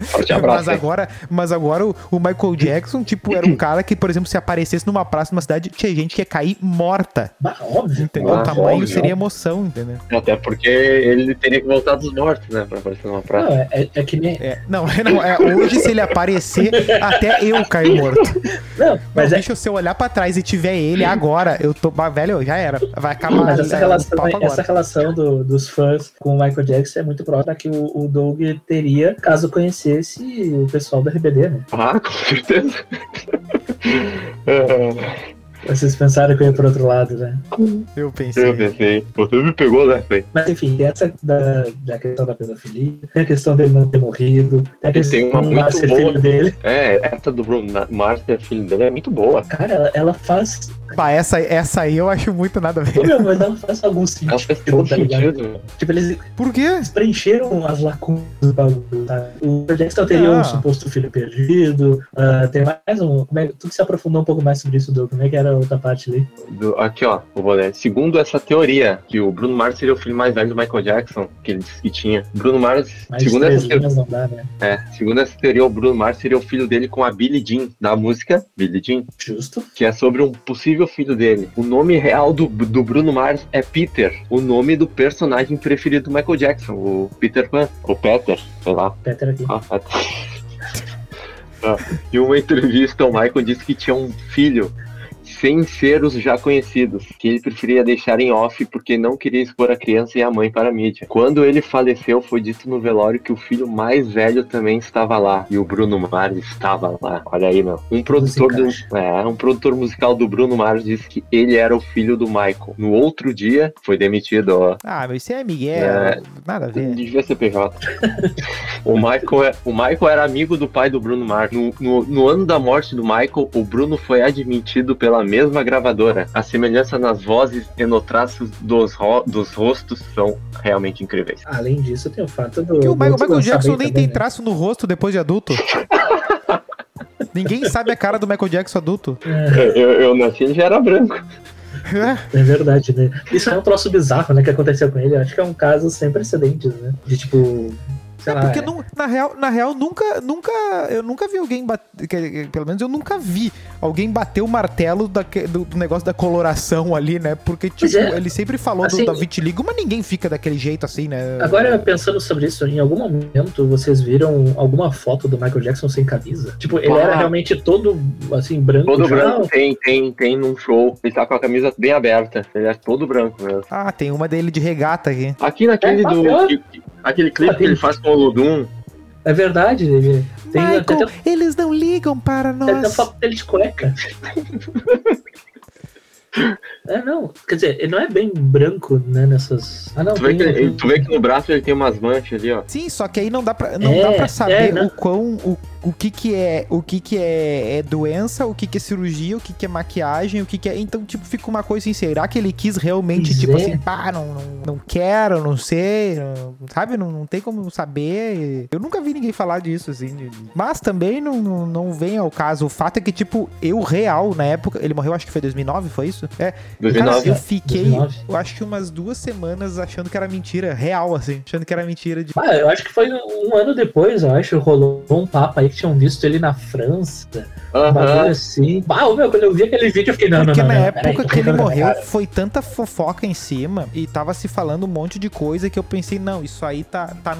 S2: Forte
S1: Mas
S2: abraço. hein?
S1: agora, mas agora o, o Michael Jackson, tipo, era um cara que, por exemplo, se aparecesse numa praça, numa cidade, tinha gente que ia cair morta.
S3: Bah, óbvio.
S1: Entendeu? o
S2: Ah,
S1: tamanho
S2: óbvio.
S1: seria emoção, entendeu?
S2: Até porque ele teria que voltar dos mortos, né? Pra aparecer numa praça.
S3: Não, é, é- é que nem.
S1: É, não, é, não, é, hoje se ele aparecer, até eu caio morto.
S3: Não,
S1: Mas
S3: mas é,
S1: deixa eu- se eu olhar pra trás e tiver ele agora, eu tô. Mas, velho, já era. Vai acabar
S3: Mas
S1: é,
S3: essa
S1: o
S3: relação,
S1: papo
S3: essa
S1: agora.
S3: relação do- dos fãs com o Michael Jackson é muito próxima da que o, o Doug teria caso conhecesse o pessoal do RBD, né?
S2: Ah, com certeza. É,
S3: Vocês pensaram que eu ia pro outro lado, né?
S1: Eu pensei.
S2: eu pensei. Você me pegou, né, Fê?
S3: Mas enfim, tem essa da, da questão da pedofilia, tem a questão dele não ter morrido, tem a
S2: E tem
S3: questão
S2: uma muito
S3: de ser
S2: boa.
S3: filho dele.
S2: É, essa do Bruno Na- Mars, que é filho dele, é muito boa.
S3: Cara, ela, ela faz.
S1: Bah, essa, essa aí eu acho muito nada a ver.
S3: Ô, meu, mas ela faz algum
S2: Ela fez
S3: sentido,
S2: todo
S3: tá ligado?
S2: sentido. né?
S3: Tipo, eles
S1: Por quê?
S3: preencheram as lacunas do bagulho, sabe? O Michael Jackson teria
S1: Ah.
S3: um suposto filho perdido, ah, tem mais um. Como é, tu que se aprofundou um pouco mais sobre isso, Doug, como é que era a outra parte ali?
S2: Do- aqui, ó, eu vou ler. Segundo essa teoria, que o Bruno Mars seria o filho mais velho do Michael Jackson, que ele disse que tinha. Bruno Mars,
S3: Mais
S2: segundo
S3: três
S2: essa, teoria,
S3: linhas não dá, né?
S2: é, segundo essa teoria, o Bruno Mars seria o filho dele com a Billie Jean, da música Billie Jean,
S3: Justo.
S2: que é sobre um possível filho dele. O nome real do, do Bruno Mars é Peter, o nome do personagem preferido do Michael Jackson, o Peter Pan, o Peter, sei lá.
S3: Peter aqui.
S2: Ah, tá. Tá. Em uma entrevista, o Michael disse que tinha um filho sem ser os já conhecidos, que ele preferia deixar em off porque não queria expor a criança e a mãe para a mídia. Quando ele faleceu, foi dito no velório que o filho mais velho também estava lá e o Bruno Mars estava lá. Olha aí, meu. Um produtor do, é, um produtor musical do Bruno Mars disse que ele era o filho do Michael. No outro dia, foi demitido. Ó.
S1: Ah, meu, isso é Miguel.
S2: É.
S1: Nada a ver.
S2: Devia ser PJ. o, Michael, é- o Michael era amigo do pai do Bruno Mars. No, no- no ano da morte do Michael, o Bruno foi admitido pela mesma gravadora. A semelhança nas vozes e no traço dos, ro- dos rostos são realmente incríveis.
S3: Além disso, tem o fato do.
S1: Porque o Michael,
S3: do
S1: Michael
S3: lançar
S1: Jackson
S3: bem
S1: nem
S3: também,
S1: tem
S3: né?
S1: traço no rosto depois de adulto. Ninguém sabe a cara do Michael Jackson adulto.
S2: Eu, eu- eu nasci e já era branco.
S3: É verdade, né? Isso é um troço bizarro, né? Que aconteceu com ele. Eu acho que é um caso sem precedentes, né? De tipo. Sei lá,
S1: Porque
S3: é-
S1: nu- na real, na real nunca, nunca, eu nunca vi alguém bater, pelo menos eu nunca vi alguém bater o martelo daque- do, do negócio da coloração ali, né? Porque
S3: Pois
S1: tipo,
S3: é.
S1: ele sempre falou do,
S3: Assim-
S1: da
S3: Ah.
S1: vitiligo, mas ninguém fica daquele jeito assim, né?
S3: Agora, pensando sobre isso, em algum momento vocês viram alguma foto do Michael Jackson sem camisa? Tipo, ele
S2: Ah.
S3: era realmente todo, assim, branco.
S2: Todo
S3: já,
S2: branco tem, tem, tem num show. Ele tá com a camisa bem aberta. Ele é todo branco mesmo.
S1: Ah, tem uma dele de regata aqui.
S2: Aqui naquele
S3: É, tá
S2: do.
S3: bom.
S2: que- que- aquele clipe que ele faz com o Ludum.
S3: É verdade, ele tem até, um
S1: Michael, eles não ligam para
S3: tem até
S1: nós.
S3: foto dele de cueca. é, não. Quer dizer, ele não é bem branco, né, nessas... Ah, não,
S2: Tu vê,
S3: tem...
S2: que, ele- tu vê que no braço ele tem umas manchas ali, ó.
S3: Tá
S1: Sim, só que aí não dá pra, não
S3: É,
S1: dá pra saber
S3: é, né?
S1: o quão o, o que que é, o que que é, é doença, o que que é cirurgia, o que que é maquiagem, o que que é, então tipo fica uma coisa assim, será que ele quis realmente
S3: Pois
S1: tipo
S3: é.
S1: assim, pá, não, não, não quero, não sei, não- sabe, não, não tem como saber. Eu nunca vi ninguém falar disso assim, de- mas também não, não, não vem ao caso. O fato é que tipo, eu real na época, ele morreu acho que foi 2009, foi isso? É, Cara,
S2: 2009.
S1: eu fiquei,
S3: 2009.
S1: eu acho que umas duas semanas achando que era mentira, real, assim, achando que era mentira de.
S3: Ah, eu acho que foi um ano depois, eu acho, rolou um papo aí que tinham visto ele na França, um bagulho
S2: Aham.
S3: assim. Ah, ô, meu, quando eu vi aquele vídeo, eu fiquei, não, não,
S1: Porque
S3: não,
S1: na
S3: não,
S1: época
S3: peraí, tô
S1: que ele
S3: ficando-
S1: morreu, foi tanta fofoca em cima e tava se falando um monte de coisa que eu pensei, não, isso aí tá, tá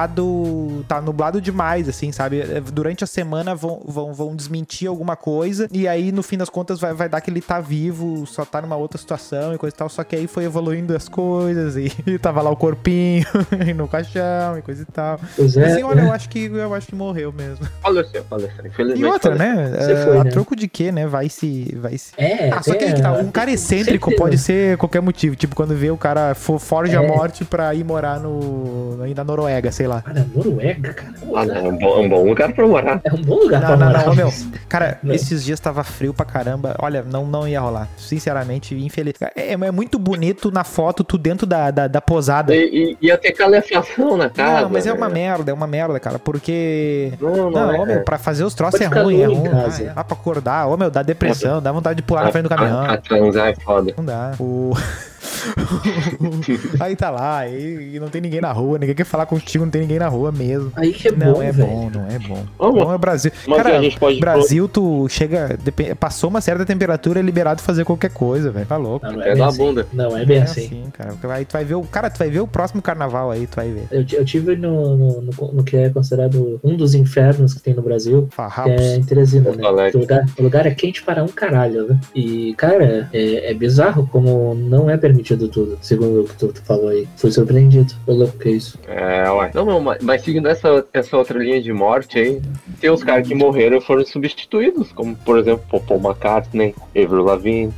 S1: nublado, tá nublado demais, assim, sabe? É, Durante a semana vão, vão, vão desmentir alguma coisa e aí no fim das contas vai, vai dar que ele tá vivo, só tá numa outra situação e coisa e tal, só que aí foi evoluindo as coisas e, e tava lá o corpinho no caixão e coisa e tal.
S3: Pois é,
S1: Assim, olha, eu acho que, eu acho que morreu mesmo.
S2: Faleceu, faleceu. Infelizmente.
S1: E outra,
S2: faleceu.
S1: né?
S3: Você
S1: Ah,
S3: foi,
S1: a
S3: né?
S1: troco de quê, né? Vai se. Vai se...
S3: É,
S1: Ah, só que aí que tá. Um cara excêntrico
S3: certeza.
S1: pode ser qualquer motivo. Tipo, quando vê o cara fo- forja a
S3: É.
S1: morte pra ir morar no. aí na Noruega, sei lá.
S3: Cara, Noruega, cara.
S2: Ah, não, é um bom, é um bom lugar pra morar.
S3: É um bom lugar
S1: Não,
S3: pra
S1: não,
S3: morar.
S1: não, meu. Cara,
S3: Não.
S1: esses dias tava frio pra caramba. Olha, não, não ia rolar. Sinceramente, infeliz. É, é muito bonito na foto, tu dentro da, da, da posada.
S2: E, e, ia ter calefação na casa.
S1: Não, mas é uma
S2: né?
S1: merda, é uma merda, cara. Porque.
S2: Não, não,
S1: Não,
S2: é.
S1: ô, meu, pra fazer os troços
S3: Pode
S1: é
S3: ficar
S1: ruim, é
S3: nu em
S1: ruim.
S3: casa.
S1: Ah, é. Ah, pra acordar, ô, meu, dá
S2: É.
S1: depressão, dá vontade de pular na frente do caminhão.
S2: A, a transar é foda.
S1: Não dá. O... aí tá lá, aí e não tem ninguém na rua, ninguém quer falar contigo, não tem ninguém na rua mesmo.
S3: Aí que é
S1: não
S3: bom,
S1: é
S3: velho.
S1: bom, não é bom.
S2: Ô,
S1: Não é Brasil.
S2: Mas
S1: Cara,
S2: a gente pode.
S1: Brasil, tu chega, depe- passou uma certa temperatura, é liberado fazer qualquer coisa, velho. Tá louco.
S3: Não, não é
S2: É
S3: bem
S2: da
S3: assim.
S2: bunda.
S3: Não, é bem
S1: É
S3: assim.
S1: assim, cara. Aí tu vai ver o cara, tu vai ver o próximo carnaval aí, tu vai ver.
S3: Eu, ti- eu tive no, no, no- no que é considerado um dos infernos que tem no Brasil, que
S1: Farrapos.
S3: é em Teresina, né?
S2: Porto Alegre.
S3: O lugar, o lugar é quente para um caralho, né? E, cara, é, é bizarro como não é permitido tudo, segundo o que tu, tu falou aí. Fui surpreendido. Ô, louco, que isso?
S2: É, ué. Não, não, mas, mas seguindo essa, essa outra linha de morte aí, tem os caras que morreram e foram substituídos, como por exemplo Paul McCartney, Avril Lavigne,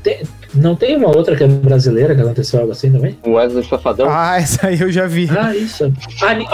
S3: Não tem uma outra que é brasileira que aconteceu algo assim também?
S2: Wesley Safadão.
S1: Ah, essa aí eu já vi.
S3: Ah, isso. A Ani-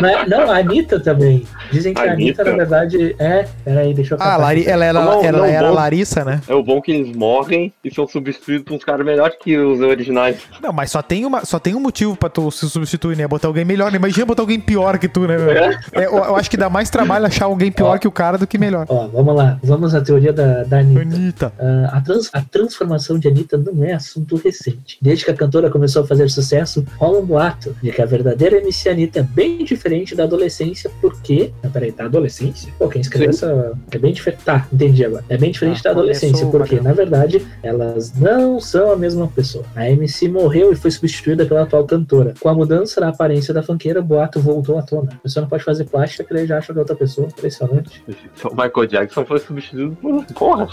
S3: Na- não, a Anitta também. Dizem que
S2: Anitta.
S3: a Anitta, na verdade, é. Peraí, deixa eu
S1: Ah,
S3: catar
S1: Lari,
S3: aqui.
S1: ela, ela,
S2: Não,
S1: ela
S2: não,
S1: era
S2: bom.
S1: Larissa, né?
S2: É o bom que eles morrem e são substituídos por uns caras melhores que os originais.
S1: Não, mas só tem, uma, só tem um motivo pra tu se substituir, né? Botar alguém melhor, né? Imagina botar alguém pior que tu, né, meu? É, eu, eu acho que dá mais trabalho achar alguém pior que o cara do que melhor.
S3: Ó, vamos lá. Vamos à teoria da, da Anitta.
S1: Anitta.
S3: Ah, a, trans- a transformação de Anitta não é assunto recente. Desde que a cantora começou a fazer sucesso, rola um boato de que a verdadeira MC Anitta é bem diferente da adolescência, porque. Ah, peraí, da adolescência? Pô, quem escreveu essa. É bem diferente. Tá, entendi agora. É bem diferente
S1: Ah,
S3: da adolescência,
S1: começou
S3: porque,
S1: uma-
S3: na verdade, elas não são a mesma pessoa. A MC morreu e foi substituída pela atual cantora. Com a mudança na aparência da funkeira, o boato voltou à tona. A pessoa não pode fazer plástica, que daí já acha que é outra pessoa. Impressionante.
S2: O Michael Jackson foi substituído por. Porra!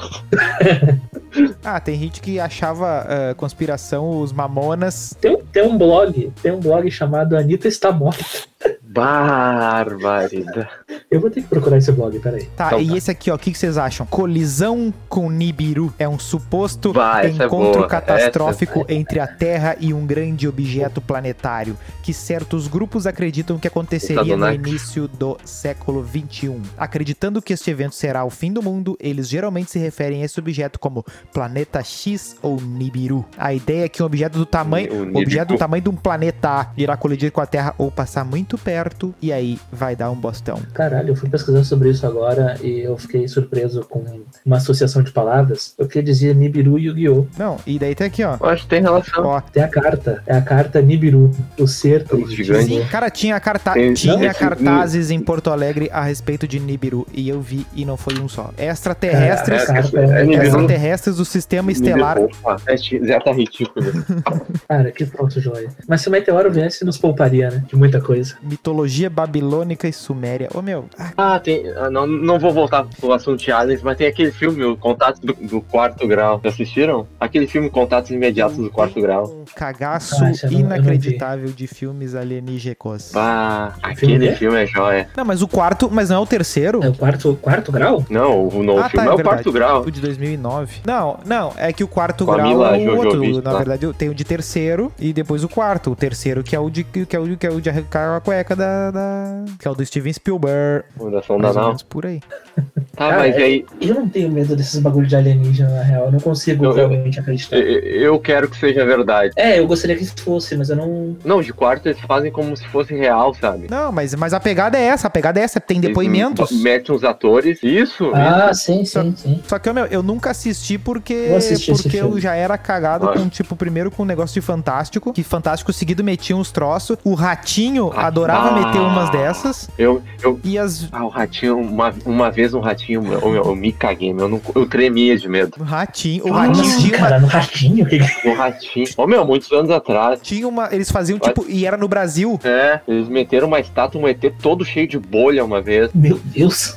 S1: Ah, tem gente que achava ah, conspiração os mamonas.
S3: Tem, um- tem um blog, tem um blog chamado Anitta Está Morta.
S2: Barbaridade.
S3: Eu vou ter que procurar esse blog, peraí.
S1: Tá,
S2: Então
S1: e
S2: tá.
S1: esse aqui, ó, o que, que vocês acham? Colisão com Nibiru é um suposto
S2: Vai, essa é
S1: encontro
S2: boa. é
S1: catastrófico entre a Terra e um grande objeto planetário, que certos grupos acreditam que aconteceria no
S2: Estadunidense.
S1: início do século XXI. Acreditando que este evento será o fim do mundo, eles geralmente se referem a esse objeto como Planeta X ou Nibiru. A ideia é que um objeto do tamanho
S2: O
S1: o objeto
S2: Nibiru.
S1: do tamanho de um planeta A irá colidir com a Terra ou passar muito perto e aí vai dar um bostão.
S3: Caralho, eu fui pesquisando sobre isso agora e eu fiquei surpreso com uma associação de palavras. Eu queria dizer Nibiru e Yu-Gi-Oh!
S1: Não, e daí tem aqui, ó.
S2: Eu acho que tem relação.
S1: Ó,
S3: Tem a carta, é a carta Nibiru, o ser triste.
S2: gigante.
S1: sim, cara, tinha, carta...
S2: Tem- não,
S1: tinha
S2: esse-
S1: cartazes em Porto Alegre a respeito de Nibiru e eu vi e não foi um só. Extraterrestres,
S2: É,
S3: Caraca.
S1: extraterrestres do sistema estelar.
S2: Opa, é ti- Zé tá ridículo.
S3: Cara, que foto joia. Mas se o meteoro viesse, nos pouparia, né? De muita coisa.
S1: Mitologia babilônica e suméria. Ô meu, ah,
S2: Ah, tem. ah, não, não vou voltar pro assunto de aliens, mas tem aquele filme, o Contato do, do Quarto Grau. Já assistiram? Aquele filme Contatos Imediatos do Quarto Grau.
S1: um cagaço
S3: Ah, esse eu não- eu não vi.
S1: inacreditável de filmes alienígenas.
S2: Ah,
S3: Filme
S2: aquele
S3: é?
S2: filme é joia.
S1: Não, mas o quarto, mas não é o terceiro?
S3: É o quarto, quarto grau?
S2: Não, o novo
S1: Ah, tá,
S2: filme
S1: é
S2: é, o
S1: verdade.
S2: Quarto Grau.
S1: O de 2009. Não, não, é que o quarto
S2: Com a
S1: grau
S2: Mila
S1: é o outro.
S2: Jojovic,
S1: Na
S2: tá?
S1: verdade, tem o de terceiro e depois o quarto. O terceiro que é o de que é o, que é o de arrancar a cueca da, da- que é o do Steven Spielberg.
S2: Fundação
S1: mais ou
S2: Danal.
S1: menos por aí.
S2: Tá,
S3: Cara,
S2: mas
S3: é-
S2: aí.
S3: Eu não tenho medo desses bagulhos de alienígena, na real. Eu não consigo
S2: Eu- eu-
S3: realmente acreditar.
S2: eu- Eu quero que seja verdade.
S3: É, eu gostaria que isso fosse, mas eu não.
S2: Não, de quarto eles fazem como se fosse real, sabe?
S1: Não, mas, mas a pegada é essa, a pegada é essa, tem
S2: Eles
S1: depoimentos.
S2: m- Metem os atores. Isso?
S3: Ah, sim, sim, sim.
S1: Só que, ô, meu, eu nunca assisti porque,
S3: Vou assistir esse
S1: porque eu
S3: filme.
S1: já era cagado
S2: Claro.
S1: com, tipo, primeiro com um negócio de Fantástico, que Fantástico seguido metia uns troços. O Ratinho
S2: Ah.
S1: adorava meter umas dessas.
S2: Eu, eu,
S1: E as...
S2: Ah, o ratinho, uma, uma vez um ratinho, meu, eu, eu me caguei, meu, eu, não- eu tremia de medo.
S1: O Ratinho... O
S2: Ah,
S1: Ratinho
S3: Nossa,
S1: tinha uma
S3: cara, no ratinho? Que... é?
S2: O ratinho, ô meu, muitos anos atrás,
S1: Tinha uma. Eles faziam tipo. E era no Brasil.
S2: é, eles meteram uma estátua, um ET todo cheio de bolha uma vez,
S3: Meu Deus.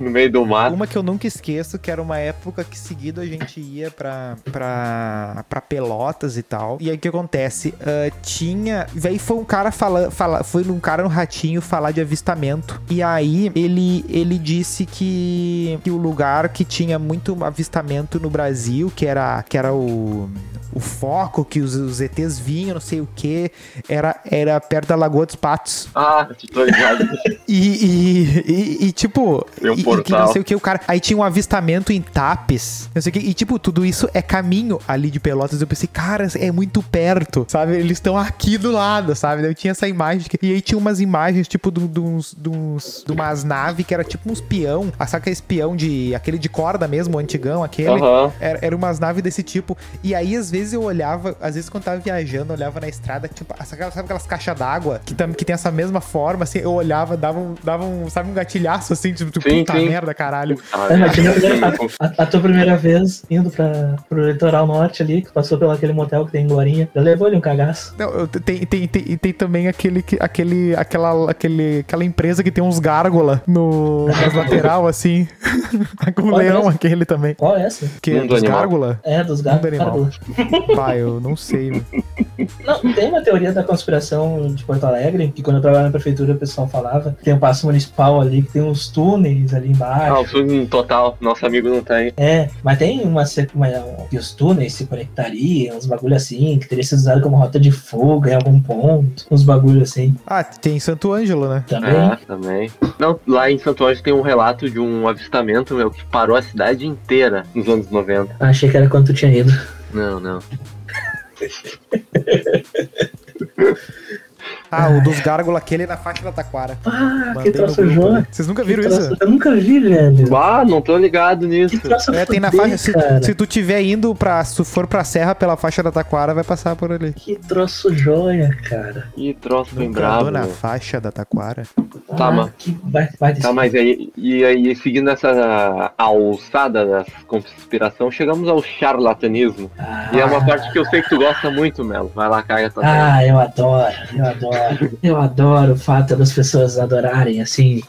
S2: no meio do mato.
S1: Uma que eu nunca esqueço, que era uma época que seguido a gente ia pra, pra, pra Pelotas e tal. E aí o que acontece? Ah, tinha. Véi, foi um cara falando. Fala, foi um cara no ratinho falar de avistamento. E aí ele, ele disse que, que o lugar que tinha muito avistamento no Brasil, que era, que era o. O foco que os, os ETs vinham, não sei o que, era, era perto da Lagoa dos Patos.
S2: Ah, tô ligado.
S1: E, e- e- e, tipo,
S2: Tem um
S1: e, e que
S2: portal.
S1: não sei o que, o cara. Aí tinha um avistamento em Tapes, não sei o que. E, tipo, tudo isso é caminho ali de Pelotas. Eu pensei, cara, é muito perto, sabe? Eles estão aqui do lado, sabe? Daí Eu tinha essa imagem. de que- E aí tinha umas imagens, tipo, de, de uns, de uns- de umas naves que era tipo uns peão. Ah, Saca esse peão de. aquele de corda mesmo, o antigão, aquele.
S2: Aham.
S1: Era, era umas naves desse tipo. E aí, às vezes, eu olhava, às vezes, quando tava viajando, eu olhava na estrada, tipo, essa- sabe aquelas caixas d'água que, tam- que tem essa mesma forma, assim, eu olhava, dava um, dava um sabe, um gatilhaço assim, tipo,
S2: Sim,
S1: puta
S2: sim.
S1: merda, caralho.
S2: Ah,
S3: É, mas tinha a
S2: meu,
S3: primeira-
S2: meu,
S3: A, a tua primeira vez indo pra, pro litoral norte ali, que passou pelo aquele motel que tem em Glorinha, já levou ali um cagaço.
S1: Não, eu- tem, tem, tem, e tem também aquele, que- aquele, aquela, aquele, aquela empresa que tem uns gárgula no nas lateral, assim. Com o
S3: Qual é
S1: leão,
S3: essa?
S1: aquele também.
S3: Qual é essa?
S1: Que
S2: Mundo
S1: os
S2: animal.
S1: gárgula?
S3: É, dos
S1: Mundo
S3: gatos.
S1: animal.
S3: cara,
S1: Vai, eu não sei. mano.
S3: Não, tem uma teoria da conspiração de Porto Alegre, que quando eu trabalhava na prefeitura o pessoal falava, que tem um passo municipal ali, que tem uns túneis ali
S2: Ah,
S3: embaixo.
S2: o filme total, nosso amigo não tá aí.
S3: É, mas tem uma, se- uma que os túneis se conectariam, uns bagulho assim, que teria sido usado como rota de fuga em algum ponto, uns bagulho assim
S1: Ah, tem Santo Ângelo, né?
S3: também.
S2: Ah, também. Não, lá em Santo Anjo tem um relato de um avistamento, meu, que parou a cidade inteira nos anos 90.
S3: Achei que era quando tu tinha ido.
S2: Não, não.
S1: Ah, o dos gárgulas, aquele na faixa da taquara.
S3: Ah,
S1: Mandei
S3: que
S1: no
S3: troço
S1: grupo. né?
S3: João.
S1: Vocês nunca viram isso?
S3: Eu nunca vi, velho.
S2: Ah, não tô ligado nisso.
S3: Que troço
S1: É, tem na
S3: fudido,
S1: faixa. Se,
S3: cara.
S1: se tu tiver indo pra. Se tu for pra serra pela faixa da taquara, vai passar por ali.
S3: Que troço joia, cara.
S2: Ih, troço bem
S1: Nunca
S2: bravo.
S1: andou na
S2: meu.
S1: faixa da taquara.
S2: Tá,
S3: Ah,
S2: mano.
S3: Que vai, vai
S2: Tá, mas aí, e aí, seguindo essa alçada das conspiração, chegamos ao charlatanismo.
S3: Ah,
S2: E é uma parte que eu né? sei que tu gosta muito, Melo. Vai lá, caga tua tela.
S3: Ah, eu adoro, eu adoro. Eu adoro o fato das pessoas adorarem, assim,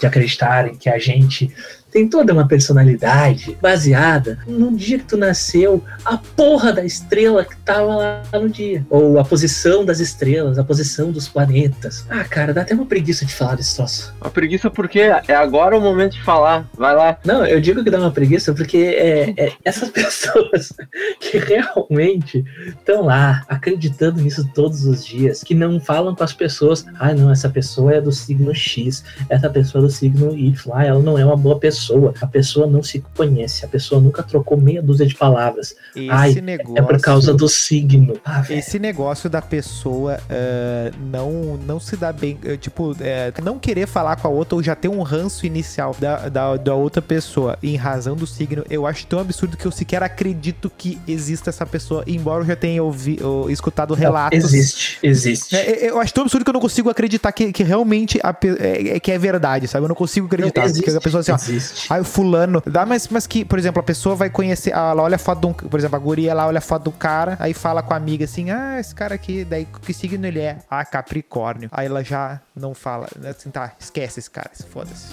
S3: de acreditarem que a gente tem toda uma personalidade baseada no dia que tu nasceu, a porra da estrela que tava lá no dia. Ou a posição das estrelas, a posição dos planetas. Ah, cara, dá até uma preguiça de falar desse troço.
S2: A preguiça porque é agora o momento de falar. Vai lá.
S3: Não, eu digo que dá uma preguiça porque é, é essas pessoas que realmente estão lá acreditando nisso todos os dias, que não falam com as pessoas, ah, não, essa pessoa é do signo X, essa pessoa é do signo Y, ah, ela não é uma boa pessoa, a pessoa não se conhece, a pessoa nunca trocou meia dúzia de palavras,
S1: Esse
S3: Ai,
S1: negócio.
S3: é por causa do signo. Ah, velho.
S1: Esse negócio da pessoa eh, não, não se dar bem, eh, tipo, eh, não querer falar com a outra ou já ter um ranço inicial da, da, da outra pessoa em razão do signo, eu acho tão absurdo que eu sequer acredito que exista essa pessoa, embora eu já tenha ouvi, ou escutado relatos.
S3: Existe, existe.
S1: É, é, eu acho tão absurdo que eu não consigo acreditar que, que realmente a pe- é, é que é verdade, sabe? Eu não consigo acreditar.
S3: Não,
S1: porque a pessoa assim, ó,
S3: existe.
S1: Aí o fulano. Dá, mas, mas que, por exemplo, a pessoa vai conhecer. Ela olha a foto de um. Por exemplo, a guria lá olha a foto do cara. Aí fala com a amiga assim: Ah, esse cara aqui, daí que signo ele é? Ah, Capricórnio. Aí ela já não fala. né, Assim, tá, esquece esse cara, se foda-se.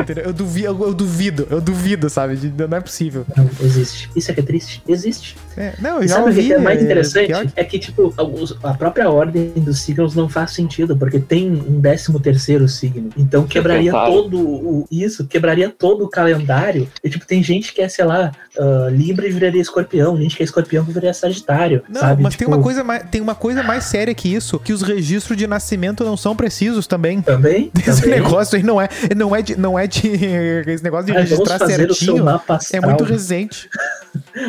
S1: Entendeu? Eu duvido, eu, eu duvido, eu duvido, sabe? De- Não é possível.
S3: Não, existe. Isso é que é triste? Existe.
S1: É, não, eu
S3: E
S1: já
S3: sabe o
S1: ouvi.
S3: que que é mais
S1: é,
S3: interessante?
S1: pior que-
S3: É que, tipo, os- a própria ordem dos signos não faz sentido, porque tem um décimo terceiro signo. Então quebraria
S2: tentaram.
S3: todo o. Isso, quebraria todo o calendário. E, tipo, tem gente que é, sei lá, ah, Libra e viraria escorpião, gente que é escorpião que viraria Sagitário.
S1: Não,
S3: sabe?
S1: mas
S3: Tipo,
S1: tem, uma coisa mais, tem uma coisa mais séria que isso, que os registros de nascimento não são precisos também.
S3: Também.
S1: Esse
S3: também.
S1: negócio aí não é, não é de, não é de, esse negócio de
S3: Ah, vamos
S1: registrar
S3: fazer o seu
S1: certinho.
S3: mapa
S1: É
S3: astral.
S1: muito recente.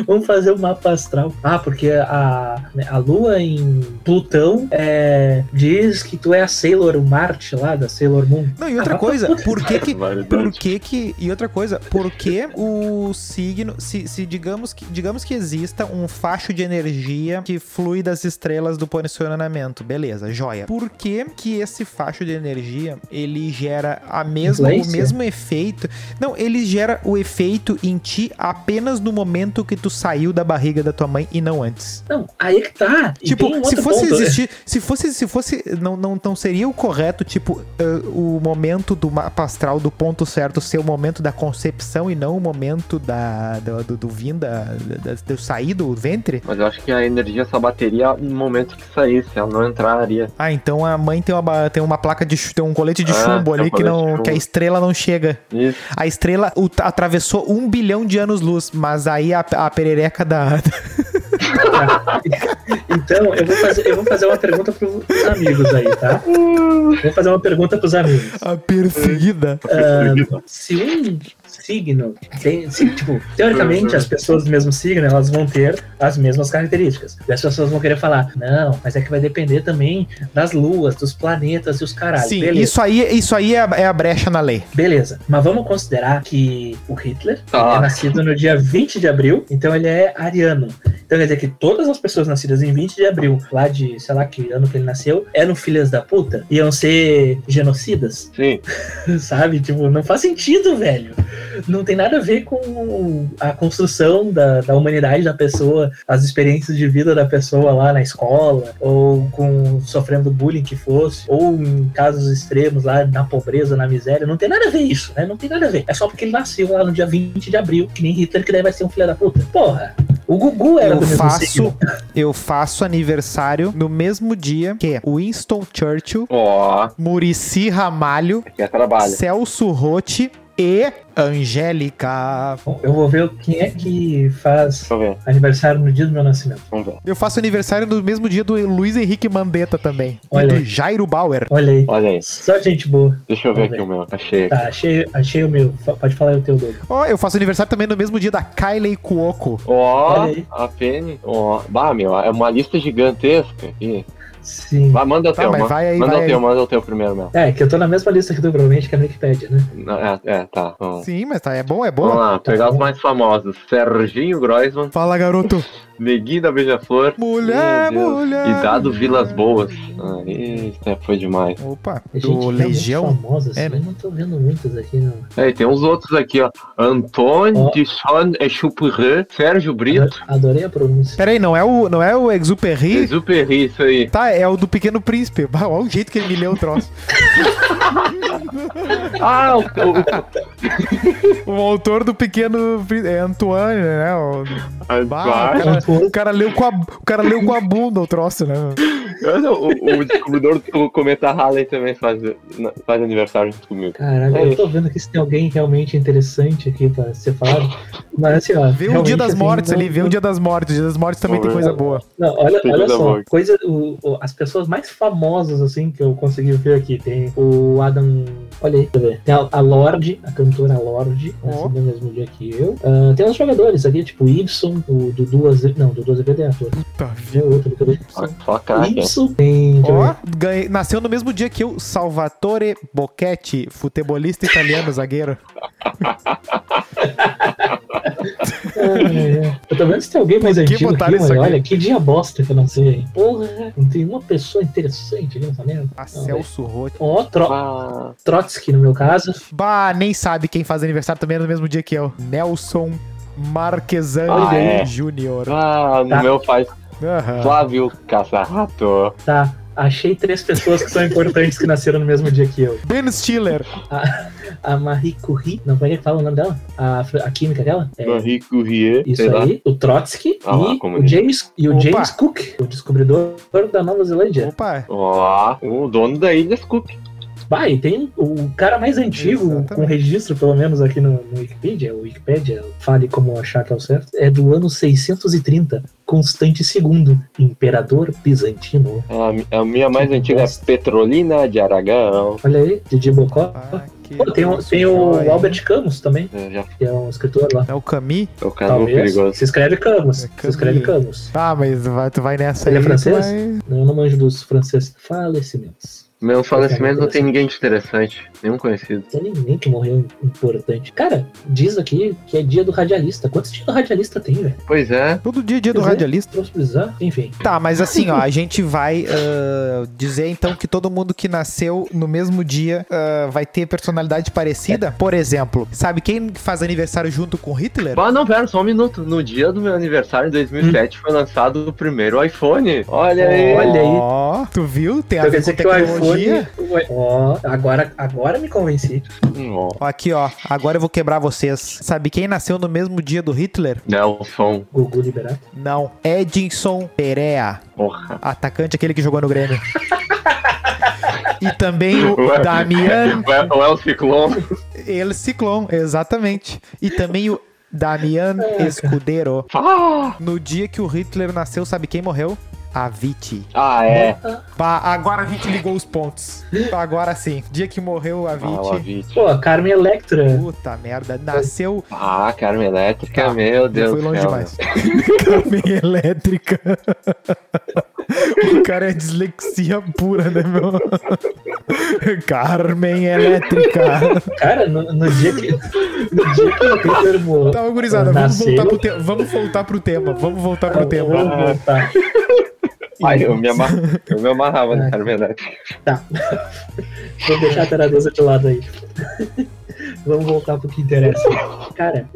S3: Vamos fazer o mapa astral. Ah, porque a, né, a lua em Plutão é, diz que tu é a Sailor Marte lá, da Sailor Moon.
S1: Não, e outra coisa, por que que. Por
S2: Barbaridade.
S1: que que. E outra coisa, por que o signo. Se, se digamos, que, digamos que exista um facho de energia que flui das estrelas do posicionamento, beleza, joia. Por que que esse facho de energia ele gera a mesma, o
S3: Influência?
S1: mesmo efeito? Não, ele gera o efeito em ti apenas no momento que tu saiu da barriga da tua mãe e não antes.
S3: Não, aí que tá. E
S1: Tipo,
S3: tem um
S1: se
S3: outro
S1: fosse
S3: ponto.
S1: existir, se fosse, se fosse, não, não, não seria o correto, tipo, eh, o momento do mapa astral do ponto certo ser o momento da concepção e não o momento da, do, do, do vinda, da- do sair do ventre?
S2: Mas eu acho que a energia só bateria no momento que saísse, ela não entraria.
S1: Ah, então a mãe tem uma, ba- tem uma placa de, chu- tem um colete de
S2: Ah,
S1: chumbo
S2: tem um
S1: ali que,
S2: colete de
S1: não,
S2: chumbo.
S1: que a estrela não chega.
S2: Isso.
S1: A estrela o- atravessou um bilhão de anos-luz, mas aí a, a perereca da...
S3: Então, eu vou, fazer, eu vou fazer uma pergunta pros amigos aí, tá? Vou fazer uma pergunta pros amigos.
S1: a perseguida.
S3: Se um signo tem. se, tipo, teoricamente, as pessoas do mesmo signo, elas vão ter as mesmas características. E as pessoas vão querer falar, não, mas é que vai depender também das luas, dos planetas e os
S2: Ah,
S3: caralhos.
S1: Sim,
S3: beleza,
S1: isso aí, isso aí é a- é a brecha na lei.
S3: beleza. Mas vamos considerar que o Hitler
S2: Tá.
S3: é nascido no dia 20 de abril, então ele é ariano. Então quer dizer que todas as pessoas nascidas em 20 de abril, lá de sei lá que ano que ele nasceu, eram filhas da puta, iam ser genocidas,
S2: Sim.
S3: sabe? Tipo, não faz sentido, velho. Não tem nada a ver com a construção da, da humanidade da pessoa, as experiências de vida da pessoa lá na escola, ou com sofrendo bullying que fosse, ou em casos extremos lá na pobreza, na miséria. Não tem nada a ver isso, né? Não tem nada a ver. É só porque ele nasceu lá no dia 20 de abril, que nem Hitler, que daí vai ser um filho da puta. Porra! O Gugu era
S1: Eu
S3: do mesmo
S1: faço,
S3: signo.
S1: eu faço aniversário no mesmo dia que Winston Churchill,
S2: Ó,
S1: Murici Ramalho,
S2: que é trabalho.
S1: Celso Rotti e Angélica.
S3: Bom, Eu vou ver quem é que faz
S2: Deixa eu ver,
S3: aniversário no dia do meu nascimento.
S2: vamos ver.
S1: Eu faço aniversário no mesmo dia do Luiz Henrique Mandetta também.
S3: Olha
S1: E do
S3: aí.
S1: Jairo Bauer.
S3: Olha aí.
S2: Olha isso.
S3: Só gente boa.
S2: Deixa eu ver
S3: Vamos
S2: aqui o meu. Achei aqui.
S3: Tá, achei, achei o meu. Fa- Pode falar aí o teu dele.
S1: Ó, eu faço aniversário também no mesmo dia da Kylie Cuoco.
S2: Ó,
S3: Olha aí.
S2: a Penny. Ó, bah, meu, é uma lista gigantesca aqui.
S3: Sim.
S2: Vai, manda o
S1: Tá,
S2: teu,
S1: mas
S2: manda,
S1: vai aí,
S2: manda
S1: vai
S2: o
S1: aí.
S2: teu, manda o teu primeiro, meu.
S3: É, que eu tô na mesma lista que do provavelmente que a Wikipedia, né?
S2: Não, É, é, tá. Vamos,
S1: Sim, mas tá, é bom, é
S2: vamos
S1: bom.
S2: lá, pegar os mais famosos. Serginho Groisman,
S1: Fala, garoto.
S2: Neguinho da Beija-Flor.
S1: Mulher,
S2: Meu Deus.
S1: mulher.
S2: E Dado Vilas Boas. Ah, isso foi demais.
S1: Opa,
S3: É
S1: do
S3: realmente
S1: Legião.
S3: Famosa, assim,
S1: É, né?
S3: Eu não tô vendo muitas aqui, não.
S2: É, e tem uns outros aqui, ó. Antônio
S3: Ó.
S2: de Sean Chupurran, Sérgio Brito,
S3: Ado- Adorei a pronúncia.
S1: Peraí, não é o, não é o Exuperry?
S2: Exuperri, isso aí.
S1: Tá, é o do Pequeno Príncipe. Bah, Olha o jeito que ele me leu o troço.
S2: Ah, o, o,
S1: o autor do Pequeno Príncipe é Antoine, né? O,
S2: o,
S1: bah, o,
S2: Bah,
S1: cara, o cara leu com a, o cara leu com a bunda o troço, né?
S2: eu não, o, o descobridor do cometa Halley também faz, na- faz aniversário junto comigo.
S3: Caralho,
S2: É.
S3: eu tô vendo aqui se tem alguém realmente interessante aqui pra ser falado. Mas assim, ó.
S1: Vê o Dia
S3: realmente,
S1: das
S3: assim,
S1: Mortes
S3: não-
S1: ali, vê o Dia das Mortes. O Dia das Mortes também tem coisa boa.
S3: Não, olha,
S2: Tem
S3: olha
S2: coisa
S3: só,
S2: boa.
S3: coisa, o- o- as pessoas mais famosas, assim, que eu consegui ver aqui, tem o Adam. Olha aí, deixa eu ver. Tem a, a Lorde, a cantora Lorde,
S1: Ó.
S3: nasceu no mesmo dia que eu. Ah, tem os jogadores aqui, tipo o Ibson, o Dudu Azevedo. Não, Dudu Azevedo é ator.
S1: Puta vida.
S3: Tem o outro que eu vejo.
S2: Só- Só
S3: O
S2: craque.
S3: Ibson tem. deixa eu
S1: Ó,
S3: ver.
S1: ganhei- nasceu no mesmo dia que eu, Salvatore Bocchetti, futebolista italiano, zagueiro.
S3: Ah, é. Eu tô vendo se tem alguém mais
S1: Por que
S3: antigo aqui,
S1: botaram isso
S3: mas
S1: aqui?
S3: olha, que dia bosta que eu não sei, hein? Porra, não tem uma pessoa interessante aqui nessa merda.
S1: A
S3: Não, velho.
S1: Celso Rotti.
S3: Ó, Tro-
S2: Ah,
S3: Trotsky, no meu caso.
S1: Bah, nem sabe quem faz aniversário também no mesmo dia que eu. Nelson Marquesani
S2: Ah, é?
S1: Júnior.
S2: ah, no
S3: Tá. Ah.
S2: meu faz
S1: Aham.
S2: Flávio Caçarrato.
S3: Tá, achei três pessoas que são importantes que nasceram no mesmo dia que eu.
S1: Ben Stiller.
S3: A Marie Curie, não, como é que fala o nome dela? A, fra- a química dela? É,
S2: Henri Courrier,
S3: isso
S2: sei lá.
S3: aí. O Trotsky
S2: Ah lá,
S3: e, o
S2: comunista.
S3: James, e o
S1: Opa.
S3: James Cook, o descobridor da Nova Zelândia.
S1: Opa.
S2: Ó, o dono da Ilha Scoop.
S3: Vai, tem o cara mais antigo
S1: Exatamente.
S3: com registro, pelo menos aqui no, no Wikipedia, o Wikipedia, fale como achar que é o certo, é do ano 630, Constante II, imperador bizantino.
S2: É A, a minha mais
S3: Que
S2: antiga
S3: bosta.
S2: é Petrolina de Aragão.
S3: Olha aí, Didi Bocó.
S1: Ah, que
S3: Pô, tem o,
S1: troço
S3: tem o
S1: jóia, hein?
S3: Albert Camus também,
S2: É, já
S3: que é um escritor lá.
S1: É o Camus?
S2: é o caminho
S3: Talvez.
S2: perigoso.
S3: Se escreve Camus.
S1: É
S3: se escreve
S1: Camus.
S3: Camus.
S1: Tá, mas vai- tu vai nessa
S3: Ele é
S1: aí, tu
S3: francês?
S1: vai-
S3: Não, Eu não manjo dos franceses. Falecimentos.
S2: Meu falecimento não tem ninguém de interessante. Nenhum conhecido.
S3: Não tem ninguém que morreu importante. Cara, diz aqui que é dia do radialista. Quantos dias do radialista tem, velho?
S2: Pois é.
S1: Todo dia é dia do
S3: Pois é.
S1: radialista.
S3: Trouxe bizarro. Enfim.
S1: Tá, mas assim, ó, a gente vai ah, dizer então que todo mundo que nasceu no mesmo dia ah, vai ter personalidade parecida. Por exemplo, sabe quem faz aniversário junto com Hitler?
S2: Ah, não, pera, só um minuto. No dia do meu aniversário, em 2007, foi lançado o primeiro iPhone. Olha aí.
S3: Hum. Olha aí.
S1: Ó, tu viu? Tem a
S3: Então
S1: ver
S3: quer
S1: com
S3: dizer que o iPhone.
S1: tecnologia.
S3: Ó, agora, agora me convenci.
S2: Ó,
S1: Ó, Aqui, ó, agora eu vou quebrar vocês. Sabe quem nasceu no mesmo dia do Hitler?
S2: Nelson.
S3: Gugu Liberato.
S1: Não. Edinson Perea,
S2: Porra.
S1: atacante aquele que jogou no Grêmio. e também o
S2: Ué.
S1: Damian
S2: O El- O El Ciclone.
S1: El Ciclone, exatamente. E também o Damian Escudero.
S2: Ah,
S1: No dia que o Hitler nasceu, sabe quem morreu? A Viti.
S2: ah é.
S1: Pá, agora a gente ligou os pontos. Agora sim. Dia que morreu a
S2: Ah, o
S1: Viti.
S2: Avit.
S3: Pô, a Carmen Electra.
S1: Puta merda. Nasceu.
S2: Ah, Carmen Elétrica,
S1: Tá,
S2: meu
S1: Já
S2: Deus
S1: foi
S2: do
S1: longe
S2: céu.
S1: demais. Carmen elétrica. o cara é dislexia pura, né, meu? Carmen elétrica.
S3: Cara, no, no dia que. No dia que o Hitler morreu.
S1: Tá, ô, gurizada, vamos
S3: Nasceu. Tá
S1: voltar, pro te- vamos voltar pro tema. Vamos voltar pro tema.
S3: Vamos voltar.
S2: Ai, eu me, amar... eu me amarrava
S1: É.
S2: no Carmen Elétrica.
S3: Tá. Vou deixar a teradosa de lado aí. Vamos voltar pro que interessa. Cara,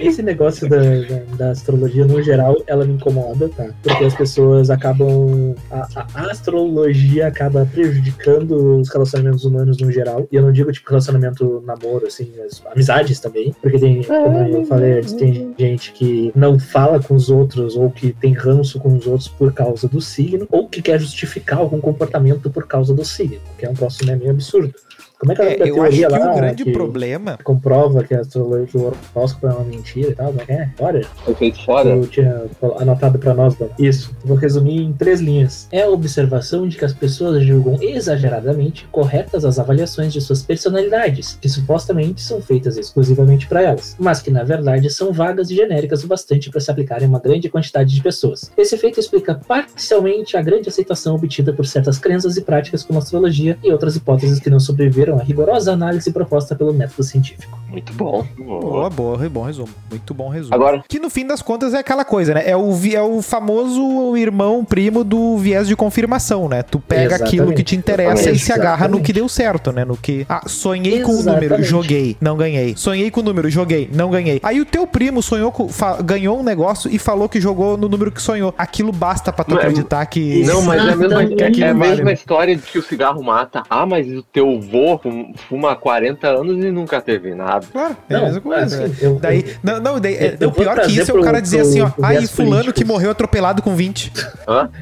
S3: esse negócio da, da- da astrologia no geral, ela me incomoda, tá? Porque as pessoas acabam. A, a- a astrologia acaba prejudicando os relacionamentos humanos no geral. E eu não digo, tipo, relacionamento namoro, assim, as amizades também. Porque tem, como eu falei antes, tem gente que não fala com os outros ou que tem ranço com os outros por causa do signo, ou que quer justificar algum comportamento por causa do signo, que é um troço né, meio absurdo. Como é que é,
S1: É,
S3: a
S1: eu acho que
S3: teoria lá
S1: o grande
S3: que
S1: problema
S3: comprova que a astrologia que o horóscopo é uma mentira e tal, como é que é? Olha,
S2: Foi feito fora.
S3: eu tinha anotado pra nós. Dan. Isso, vou resumir em três linhas. É a observação de que as pessoas julgam exageradamente corretas as avaliações de suas personalidades, que supostamente são feitas exclusivamente pra elas, mas que na verdade são vagas e genéricas o bastante pra se aplicar em uma grande quantidade de pessoas. Esse efeito explica parcialmente a grande aceitação obtida por certas crenças e práticas como a astrologia e outras hipóteses que não sobreviveram à rigorosa análise proposta pelo método científico.
S2: Muito bom.
S1: Boa, boa, re- bom resumo. Muito bom resumo.
S2: Agora,
S1: Que no fim das contas é aquela coisa, né? É o, vi- é o famoso irmão primo do viés de confirmação, né? Tu pega
S3: Exatamente.
S1: aquilo que te interessa e se
S3: Exatamente.
S1: agarra no que deu certo, né? No que. Ah, sonhei com o número,
S3: Exatamente.
S1: joguei, não ganhei. Sonhei com o número, joguei, não ganhei. Aí o teu primo sonhou, com- fa- ganhou um negócio e falou que jogou no número que sonhou. Aquilo basta pra tu
S3: é
S2: Mas-
S1: acreditar que.
S2: não, mas é a mesma,
S3: Exatamente.
S2: é a
S1: Vale, né?
S2: mesma história de que o cigarro mata. Ah, mas o teu vô fum- fuma há 40 anos e nunca teve nada.
S1: Claro, é a mesma coisa. né?
S3: eu-
S1: Daí, não, não, daí, é-
S3: assim, Eu
S1: o
S3: vou
S1: pior que
S3: trazer
S1: isso é o
S3: pro-
S1: cara dizer
S3: pro-
S1: assim, ó,
S3: pro
S1: aí
S3: viés
S1: fulano que
S3: políticos."
S1: morreu atropelado com 20.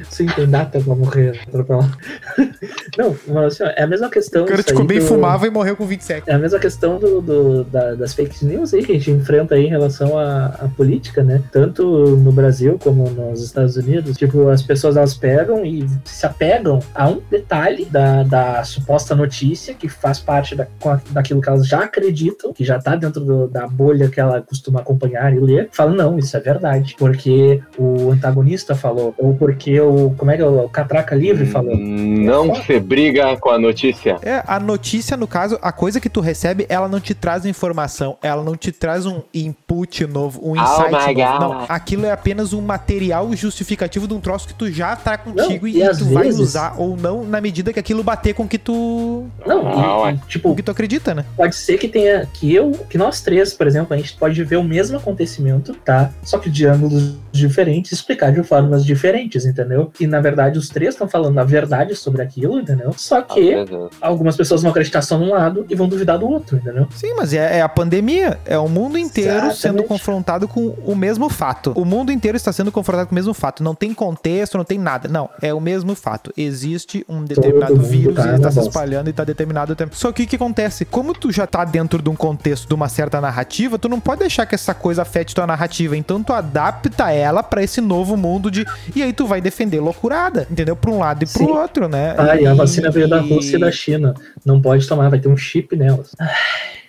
S3: Sim, tem data pra morrer atropelado. Não, mas assim, ó, é a mesma questão.
S1: O cara
S3: isso
S1: te
S3: aí
S1: comia e
S3: do-
S1: fumava e morreu com 27.
S3: É a mesma questão do, do- da- das fake news aí que a gente enfrenta aí em relação à, à política, né? Tanto no Brasil como nos Estados Unidos. Tipo, as pessoas elas pegam e se apegam a um detalhe da, da suposta notícia que faz parte da, com a- daquilo que elas já acreditam, que já tá dentro do- da bolha que ela costuma acompanhar e ler. Fala, não, isso é verdade. Porque o antagonista falou, ou porque o. Como é que é? O Catraca Livre
S2: Hum.
S3: falou.
S2: Não se briga com a notícia.
S1: É, a notícia, no caso, a coisa que tu recebe, ela não te traz informação, ela não te traz um input novo, um insight
S2: my
S1: novo.
S2: God.
S1: Não, aquilo é apenas um material justificativo de um troço que tu já tá contigo
S3: Não,
S1: e,
S3: e às
S1: tu vai
S3: vezes-
S1: usar ou não na medida que aquilo bater com o que tu,
S3: Não,
S2: Ah,
S3: e-
S2: ué.
S3: e, tipo,
S1: com o que tu acredita, né?
S3: Pode ser que tenha que eu, que nós três, por exemplo, a gente pode ver o mesmo acontecimento, tá? Só que de ângulos diferentes, explicar de formas diferentes, entendeu? E na verdade os três estão falando a verdade sobre aquilo, entendeu? Só
S2: Ah,
S3: que
S2: beleza.
S3: algumas pessoas vão acreditar só num lado e vão duvidar do outro, entendeu?
S1: Sim, mas é, é a pandemia. É o mundo inteiro
S3: Exatamente.
S1: sendo confrontado com o mesmo fato. O mundo inteiro está sendo confrontado com o mesmo fato. Não tem contexto, não tem nada. Não, é o mesmo fato. Existe um determinado
S3: mundo
S1: vírus
S3: tá
S1: e está
S3: na
S1: se
S3: bosta.
S1: espalhando e está determinado tempo. Só que o que acontece? Como tu já tá dentro de um contexto, de uma certa narrativa, tu não pode deixar que essa coisa afete tua narrativa. Então tu adapta ela para esse novo mundo de. E aí tu vai defender loucurada, entendeu? Pra um lado e pro
S3: Sim.
S1: outro, né?
S3: Ah, e a vacina veio da Rússia e da China. Não pode tomar, vai ter um chip nelas.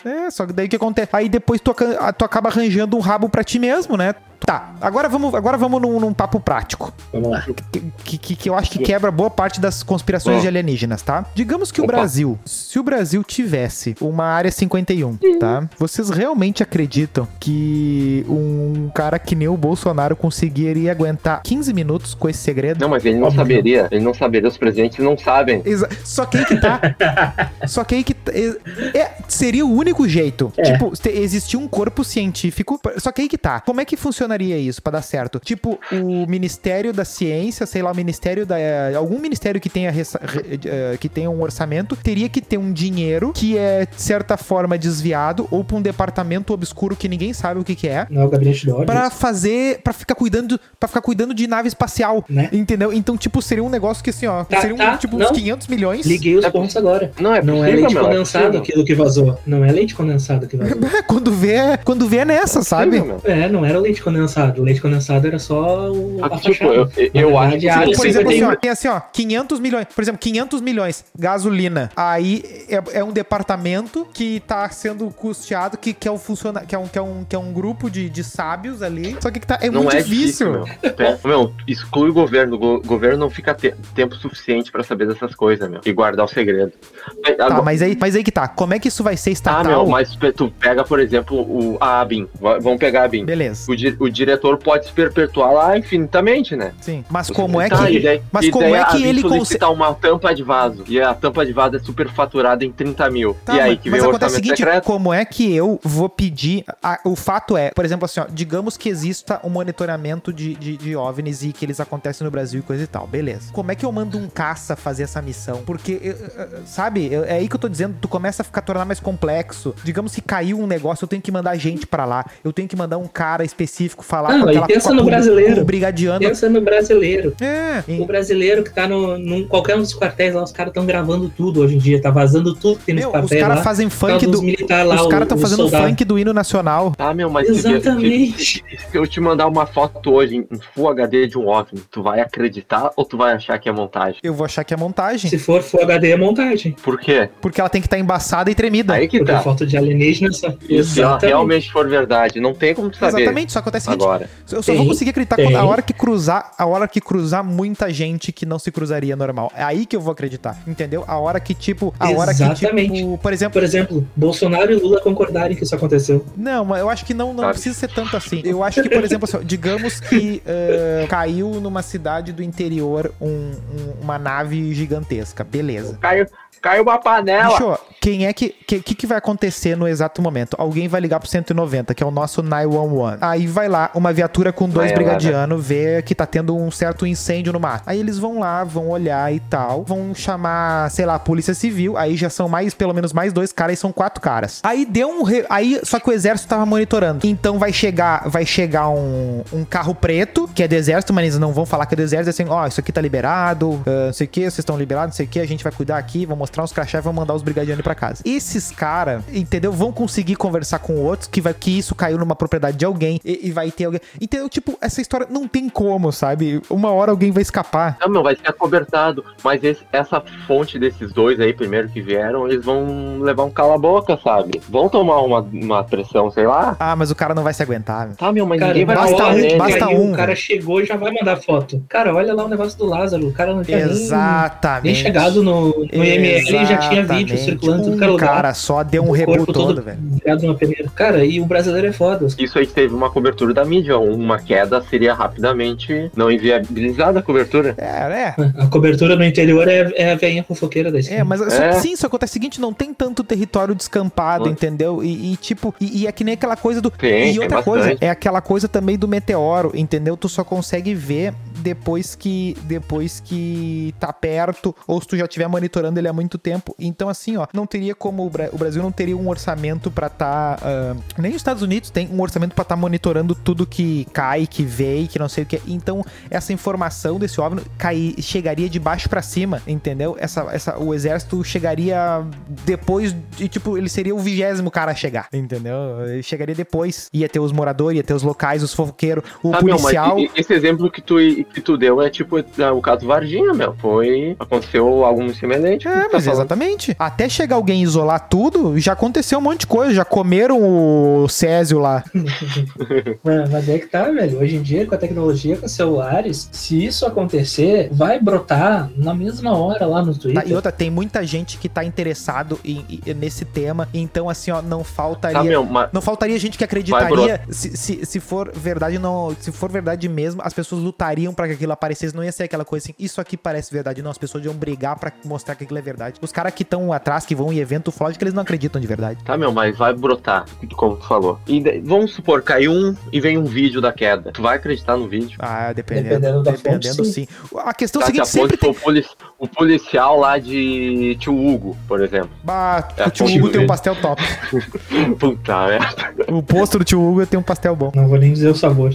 S1: É, só que daí o que acontece? Aí depois tu, aca- a- tu acaba arranjando um rabo pra ti mesmo, né? Tá, agora vamos, agora vamos num, num papo prático,
S3: Vamos lá.
S1: que, que, que eu acho que quebra boa parte das conspirações
S2: Bom.
S1: de alienígenas, tá? Digamos que o
S2: Opa.
S1: Brasil, se o Brasil tivesse uma área 51, tá? Vocês realmente acreditam que um cara que nem o Bolsonaro conseguiria aguentar 15 minutos com esse segredo?
S2: Não, mas ele não
S3: Óbvio.
S2: saberia. Ele não saberia. Os presidentes não sabem.
S1: Exa- Só que aí que tá. Só que aí que. tá- é- é- seria o único jeito.
S3: É.
S1: Tipo, te- existia um corpo científico. pra- Só que aí que tá. Como é que funcionaria isso pra dar certo? Tipo, o Ministério da Ciência, sei lá, o Ministério da. eh, Algum ministério que tenha, ressa- re- eh, que tenha um orçamento teria que ter um dinheiro que é, de certa forma, desviado ou pra um departamento obscuro que ninguém sabe o que, que é
S3: Não é o gabinete do ódio?
S1: pra fazer, Pra ficar cuidando, para ficar cuidando de nave espacial,
S3: Né?
S1: Entendeu? Então, tipo, seria um negócio que assim, ó,
S3: Tá,
S1: seria um,
S3: tá,
S1: tipo uns
S3: não.
S1: 500 milhões.
S3: Liguei os
S2: É
S3: pontos agora.
S2: Não é
S3: Não é
S2: possível,
S3: leite
S2: meu, é
S3: condensado
S2: possível.
S3: aquilo que vazou. Não é leite condensado que vazou.
S1: né? quando vê, quando vê é nessa,
S2: Possível,
S1: sabe?
S2: meu.
S3: É, não era o leite condensado. O leite condensado era só o.
S2: Ah,
S3: a
S2: tipo,
S3: fachada.
S2: eu, eu- eu
S3: Na
S2: acho que
S3: verdade, a área
S1: Ou, por exemplo, assim,
S3: 51.
S1: ó, tem assim, ó, 500 milhões, por exemplo, 500 milhões, gasolina. Aí é, é um departamento que tá sendo custeado, que, que é um funcionário, que é um, que é um, que é um grupo de, de sábios ali. Só que que tá, é
S2: não
S1: muito
S2: é
S1: difícil.
S2: difícil. meu. É, meu, exclui o governo. O go- governo não fica te- tempo suficiente pra saber dessas coisas, meu. E guardar o segredo. Mas,
S1: Tá,
S2: agora-
S1: mas aí, mas aí que tá. Como é que isso vai ser
S2: tá,
S1: estatal?
S2: meu, mas pe- tu pega, por exemplo, o, a ABIN. Va- Vamos pegar a ABIN.
S1: Beleza,
S2: O, di- o diretor pode se perpetuar lá infinitamente, né?
S1: sim. Mas como é
S2: Tá,
S1: que
S2: e daí-
S1: mas
S2: e
S1: como
S2: daí
S1: é que
S2: a ABIN
S1: ele
S2: solicitar uma tampa de vaso. E a tampa de vaso é superfaturada em 30 mil.
S1: Tá,
S2: e aí
S1: mas-
S2: que vem
S1: mas
S2: o
S1: acontece
S2: orçamento
S1: o seguinte,
S2: secreto.
S1: como é que eu vou pedir... a- o fato é, por exemplo, assim, ó, digamos que exista um monitoramento de, de, de OVNIs e que eles acontecem no Brasil e coisa e tal, beleza. Como é que eu mando um caça fazer essa missão? Porque, eu- eu- eu- sabe, eu- é aí que eu tô dizendo, tu começa a ficar tornar mais complexo, isso. Digamos que caiu um negócio, eu tenho que mandar gente pra lá. Eu tenho que mandar um cara específico falar
S3: Não, e pensa no brasileiro.
S1: um brigadiano.
S3: Pensa no brasileiro.
S1: É.
S3: O brasileiro que tá no, num- qualquer um dos quartéis lá, os caras estão gravando tudo hoje em dia, tá vazando tudo que tem nos
S1: Meu, os
S3: quartéis
S1: caras
S3: lá.
S1: fazem
S3: por causa
S1: funk do.
S3: dos militares lá,
S1: Os caras estão
S3: o- o
S1: fazendo
S3: soldado.
S1: funk do hino nacional.
S2: Tá, meu, mas se-
S3: Exatamente.
S2: Se, se eu te mandar uma foto hoje em em Full HD de um OVNI, tu vai acreditar ou tu vai achar que é montagem?
S1: Eu vou achar que é montagem.
S3: Se for Full HD é montagem.
S2: Por quê?
S1: Porque ela tem que estar embaçada e tremida.
S2: Aí que
S3: Porque
S2: tá.
S3: foto de alienígena só.
S2: E Se ela realmente for verdade, não tem como tu saber
S1: Exatamente, só acontece o seguinte,
S2: tá agora.
S1: Eu só
S3: Tem,
S1: vou conseguir acreditar
S3: tem.
S1: quando a hora que cruzar, a hora que cruzar muita gente que não se cruzaria normal. É aí que eu vou acreditar, entendeu? A hora que tipo, a hora que tipo,
S3: Exatamente.
S1: por exemplo,
S3: Por exemplo, Bolsonaro e Lula concordarem que isso aconteceu.
S1: não, mas eu acho que não, não
S2: Sabe?
S1: precisa ser tanto assim. Eu acho que, por exemplo, assim, ó, digamos que eh, caiu numa cidade do interior um- um- uma nave gigantesca, beleza.
S2: Caiu, caiu uma panela.
S1: Bicho, quem é que, que, que que vai acontecer no exato momento? Alguém vai ligar pro 190, que é o nosso 911. Aí vai lá uma viatura com dois
S2: Vai lá, né?
S1: brigadianos, vê que tá tendo um certo incêndio no mar. Aí eles vão lá, vão olhar e tal, vão chamar, sei lá, a polícia civil. Aí já são mais, pelo menos mais dois caras, e são quatro caras. Aí deu um, re- aí só que o exército tava monitorando. Então vai chegar, vai chegar um, um carro preto, que é do exército, mas eles não vão falar que é do exército, assim, ó, isso aqui tá liberado, ah, não sei o que, vocês estão liberados, não sei o que, a gente vai cuidar aqui, vão mostrar uns crachá e vão mandar os brigadianos pra casa. Esses caras, entendeu? Vão conseguir conversar com outros, que vai que isso caiu numa propriedade de alguém e, e vai ter alguém. Entendeu? Tipo, essa história não tem como, sabe? Uma hora alguém vai escapar.
S2: Não, meu, vai ser acobertado. Mas esse- essa fonte desses dois aí, primeiro que vieram, eles vão levar um cala-boca, sabe? Vão tomar uma, uma pressão, sei lá.
S1: Ah, mas o cara não vai se aguentar. meu.
S2: Tá, meu, mas
S3: Cara,
S2: ninguém vai
S3: na
S1: basta
S3: hora
S1: um,
S3: que
S2: nele.
S1: basta
S3: aí
S1: um,
S3: O cara
S1: velho.
S3: chegou e já vai mandar foto. Cara, olha lá o negócio do Lázaro. O cara não tinha É, nem-
S1: Exatamente.
S3: nem, chegado no, no IML e já tinha vídeo
S1: Exatamente.
S3: circulando em tudo que era
S1: Um
S3: lugar.
S1: cara só deu um
S3: O
S1: rebu
S3: corpo
S1: todo, velho.
S3: virado numa peneira. Cara, e o brasileiro é foda. Os
S2: Isso aí teve uma cobertura da mídia. Uma queda seria rapidamente não inviabilizada a cobertura.
S1: É, é.
S3: A cobertura no interior é, é a veinha fofoqueira da esquina.
S1: É, mas só-
S2: É.
S1: sim, só acontece o seguinte, não tem tanto território descampado,
S2: Hum.
S1: entendeu? E, e, tipo, e, e é que nem aquela coisa do. e
S2: Tem, tem
S1: outra
S2: bastante.
S1: coisa, é aquela coisa também do meteoro, entendeu? Tu só consegue ver depois que depois que tá perto, ou se tu já estiver monitorando ele há muito tempo. Então, assim, ó, não teria como. O Bra- o Brasil não teria um orçamento pra tá. ah, nem os Estados Unidos tem um orçamento pra tá monitorando tudo que cai, que vem, que não sei o que. Então, essa informação desse OVNI cair, chegaria de baixo pra cima, entendeu? Essa, essa, o exército chegaria depois, de, tipo, ele seria o vigésimo cara a chegar, entendeu? Ele chegaria depois, ia ter os moradores, ia ter os locais, os fofoqueiros, o
S2: Tá, meu, mas
S1: policial.
S2: e- e- esse exemplo que tu, que tu deu é tipo é, o caso Varginha, meu. Foi. Aconteceu algo semelhante.
S1: É,
S2: tá
S1: mas
S2: falando.
S1: exatamente. Até chegar alguém e isolar tudo, já aconteceu um monte de coisa. Já comeram o Césio lá.
S3: Mano, mas é que tá, velho. Hoje em dia, com a tecnologia, com os celulares, se isso acontecer, vai brotar na mesma hora lá no Twitter.
S1: Tá? E outra, tem muita gente que tá interessado em- em- nesse tema. Então, assim, ó, não
S2: Tá,
S1: faltaria
S2: meu, mas,
S1: Não faltaria gente que
S2: Vai,
S1: acreditaria. Se, se, se for verdade, não. Se for verdade mesmo, as pessoas lutariam pra que aquilo aparecesse. Não ia ser aquela coisa assim, isso aqui parece verdade. Não, as pessoas iam brigar pra mostrar que aquilo é verdade. Os caras que estão atrás, que vão em evento fode, que eles não acreditam de verdade.
S2: Tá, meu, mas vai brotar, como tu falou. E de- vamos supor, caiu um e vem um vídeo da queda. Tu vai acreditar no vídeo? Tá,
S1: Ah, dependendo. Dependendo,
S3: Dependendo da fonte,
S1: sim. A questão é o
S2: Daqui a
S1: seguinte, sempre
S2: pouco
S1: tem.
S2: o, polici- o policial lá de tio Hugo, por exemplo.
S1: Ah,
S2: É a
S1: o tio
S2: fonte
S1: Hugo
S2: do
S1: tem um
S2: vídeo.
S1: pastel top.
S2: Puta merda.
S1: O posto do tio Hugo tem um pastel bom.
S3: Não vou nem dizer o sabor.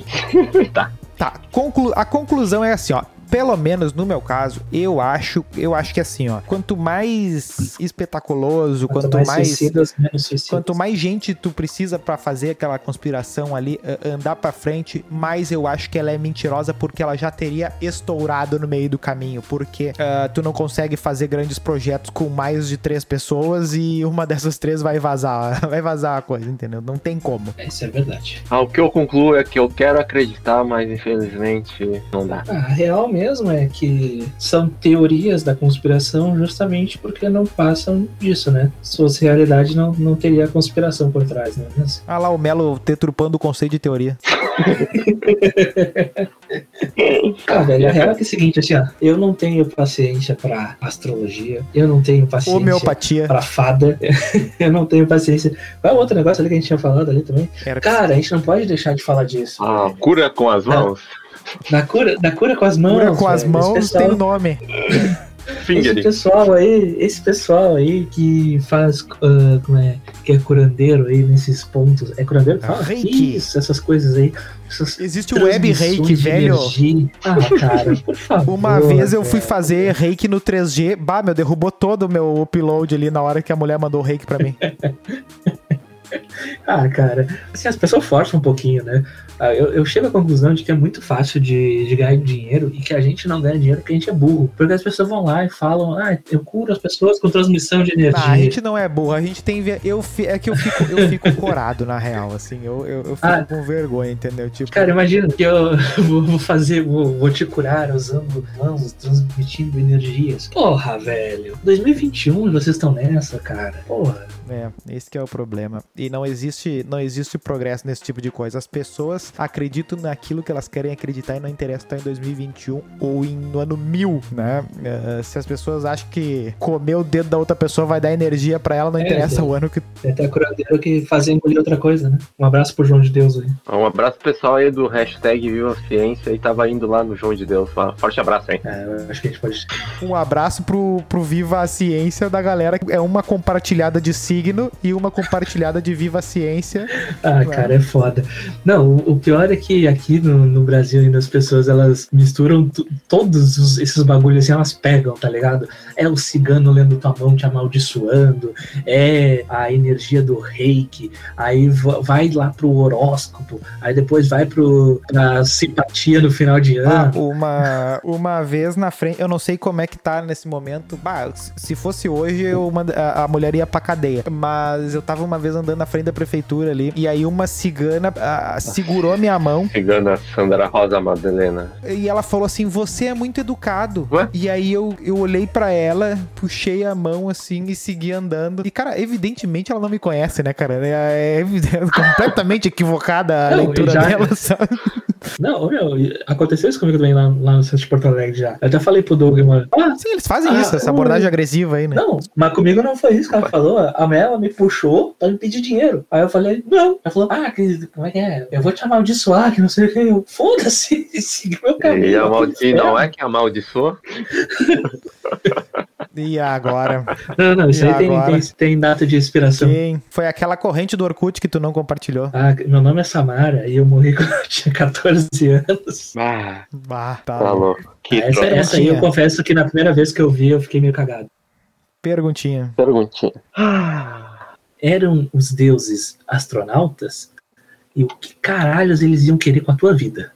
S1: Tá, conclu- a conclusão é assim, ó. Pelo menos no meu caso, eu acho, eu acho que assim, ó. Quanto mais espetaculoso, quanto, mais
S3: suicidas, menos suicidas.
S1: Quanto mais gente tu precisa pra fazer aquela conspiração ali a- andar pra frente, mais eu acho que ela é mentirosa porque ela já teria estourado no meio do caminho, porque ah, tu não consegue fazer grandes projetos com mais de três pessoas e uma dessas três vai vazar, vai vazar a coisa, entendeu? Não tem como.
S3: É, isso é verdade.
S2: Ah, o que eu concluo é que eu quero acreditar, mas infelizmente não dá.
S3: Ah, A real mesmo é que são teorias da conspiração justamente porque não passam disso, né? Se fosse realidade, não, não teria conspiração por trás, né? Mas,
S1: Ah lá o Melo deturpando o conceito de teoria.
S3: cara, velho, a real é que é o seguinte, assim, ó, eu não tenho paciência pra astrologia, eu não tenho paciência
S1: Homeopatia
S3: pra fada, eu não tenho paciência. Qual é o outro negócio ali que a gente tinha falado ali também?
S1: era
S3: Cara, a gente não pode deixar de falar disso.
S2: Ah, cura com as mãos?
S3: Da cura, da cura com as mãos.
S1: cura com as
S3: velho, esse
S1: mãos um
S3: pessoal-
S1: tem o nome.
S2: Fingering.
S3: Esse pessoal aí, esse pessoal aí que faz, ah, como é, que é curandeiro aí nesses pontos. É curandeiro? que Fala?
S1: Ah, Reiki.
S3: Isso, essas coisas aí. Essas
S1: Existe o web
S3: transmissões
S1: reiki,
S3: de
S1: velho.
S3: energia. Ah, cara, por favor.
S1: Uma vez eu fui
S3: cara.
S1: fazer reiki no 3G. Bah, meu, derrubou todo o meu upload ali na hora que a mulher mandou o reiki pra
S3: É
S1: mim.
S3: Ah, cara, assim, as pessoas forçam um pouquinho, né? Ah, Eu, eu chego à conclusão de que é muito fácil de, de ganhar dinheiro e que a gente não ganha dinheiro porque a gente é burro. Porque as pessoas vão lá e falam, ah, eu curo as pessoas com transmissão de energia.
S1: Ah, a gente não é burro, a gente tem. ver- Eu fi- É que eu fico, eu fico corado, na real, assim. Eu, eu, eu fico
S3: Ah.
S1: com vergonha, entendeu? Tipo,
S3: Cara, imagina que eu vou vou fazer, vou, vou te curar usando mãos, transmitindo energias. Porra, velho. 2021 e um, vocês estão nessa, cara. Porra.
S1: É, esse que é o problema. E não existe, não existe progresso nesse tipo de coisa. As pessoas acreditam naquilo que elas querem acreditar e não interessa estar em 2021 ou em, no ano 1000, né? Eh, se as pessoas acham que comer o dedo da outra pessoa vai dar energia pra ela, não
S3: É,
S1: interessa
S3: sim.
S1: o ano que
S3: Tem até curandeiro que fazer engolir outra coisa, né? Um abraço pro João de Deus aí.
S2: Um abraço pro pessoal aí do hashtag Viva a Ciência e tava indo lá no João de Deus. Forte abraço, hein?
S3: É, eu acho que a gente pode.
S1: Um abraço pro, pro Viva a Ciência da galera. É uma compartilhada de signo e uma compartilhada de Viva a Ciência.
S3: Ah,
S1: Claro.
S3: cara, é foda. Não, o, o pior é que aqui no, no Brasil ainda as pessoas elas misturam tu- todos os- esses bagulhos assim, elas pegam, tá ligado? É o cigano lendo tua mão te amaldiçoando, é a energia do reiki, aí va- vai lá pro horóscopo, aí depois vai pro, pra simpatia no final de
S1: Ah,
S3: ano.
S1: uma, uma vez na frente, eu não sei como é que tá nesse momento. Bah, se fosse hoje, eu manda- a, a mulher ia pra cadeia. Mas eu tava uma vez andando na frente da prefeitura ali, e aí uma cigana ah, segurou a minha mão
S2: Cigana Sandra Rosa Madalena.
S1: e ela falou assim: Você é muito educado.
S2: Ué?
S1: E aí eu, eu olhei pra ela, puxei a mão assim e segui andando. E, cara, evidentemente ela não me conhece, né, cara? É, é evidente- completamente equivocada a
S3: Não,
S1: leitura
S3: já-
S1: dela, sabe?
S3: Não, ô, meu, aconteceu isso comigo também lá, lá no centro de Porto Alegre já. Eu até falei pro Doug, mano, ah,
S1: Sim, eles fazem
S3: Ah,
S1: isso, essa
S3: eu-
S1: abordagem agressiva aí, né?
S3: Não, mas comigo não foi isso que ela falou. A mulher ela me puxou pra me pedir dinheiro. Aí eu falei, não. Ela falou, ah, que, como é que é? Eu vou te amaldiçoar, que não sei o que. Eu, foda-se, siga meu caminho.
S2: E, amaldi- e não é que amaldiçoou?
S1: E agora?
S3: Não, não, isso
S1: E
S3: aí tem,
S1: agora?
S3: tem, tem data de inspiração.
S1: Sim, foi aquela corrente do Orkut que tu não compartilhou.
S3: Ah, meu nome é Samara e eu morri quando eu tinha 14 anos.
S2: Ah,
S1: Bah, tá.
S2: tá louco. Que
S3: Ah, Essa,
S2: tro-
S3: essa aí eu confesso que na primeira vez que eu vi eu fiquei meio cagado.
S1: Perguntinha.
S2: perguntinha.
S3: Eram os deuses astronautas? E o que caralhos eles iam querer com a tua vida?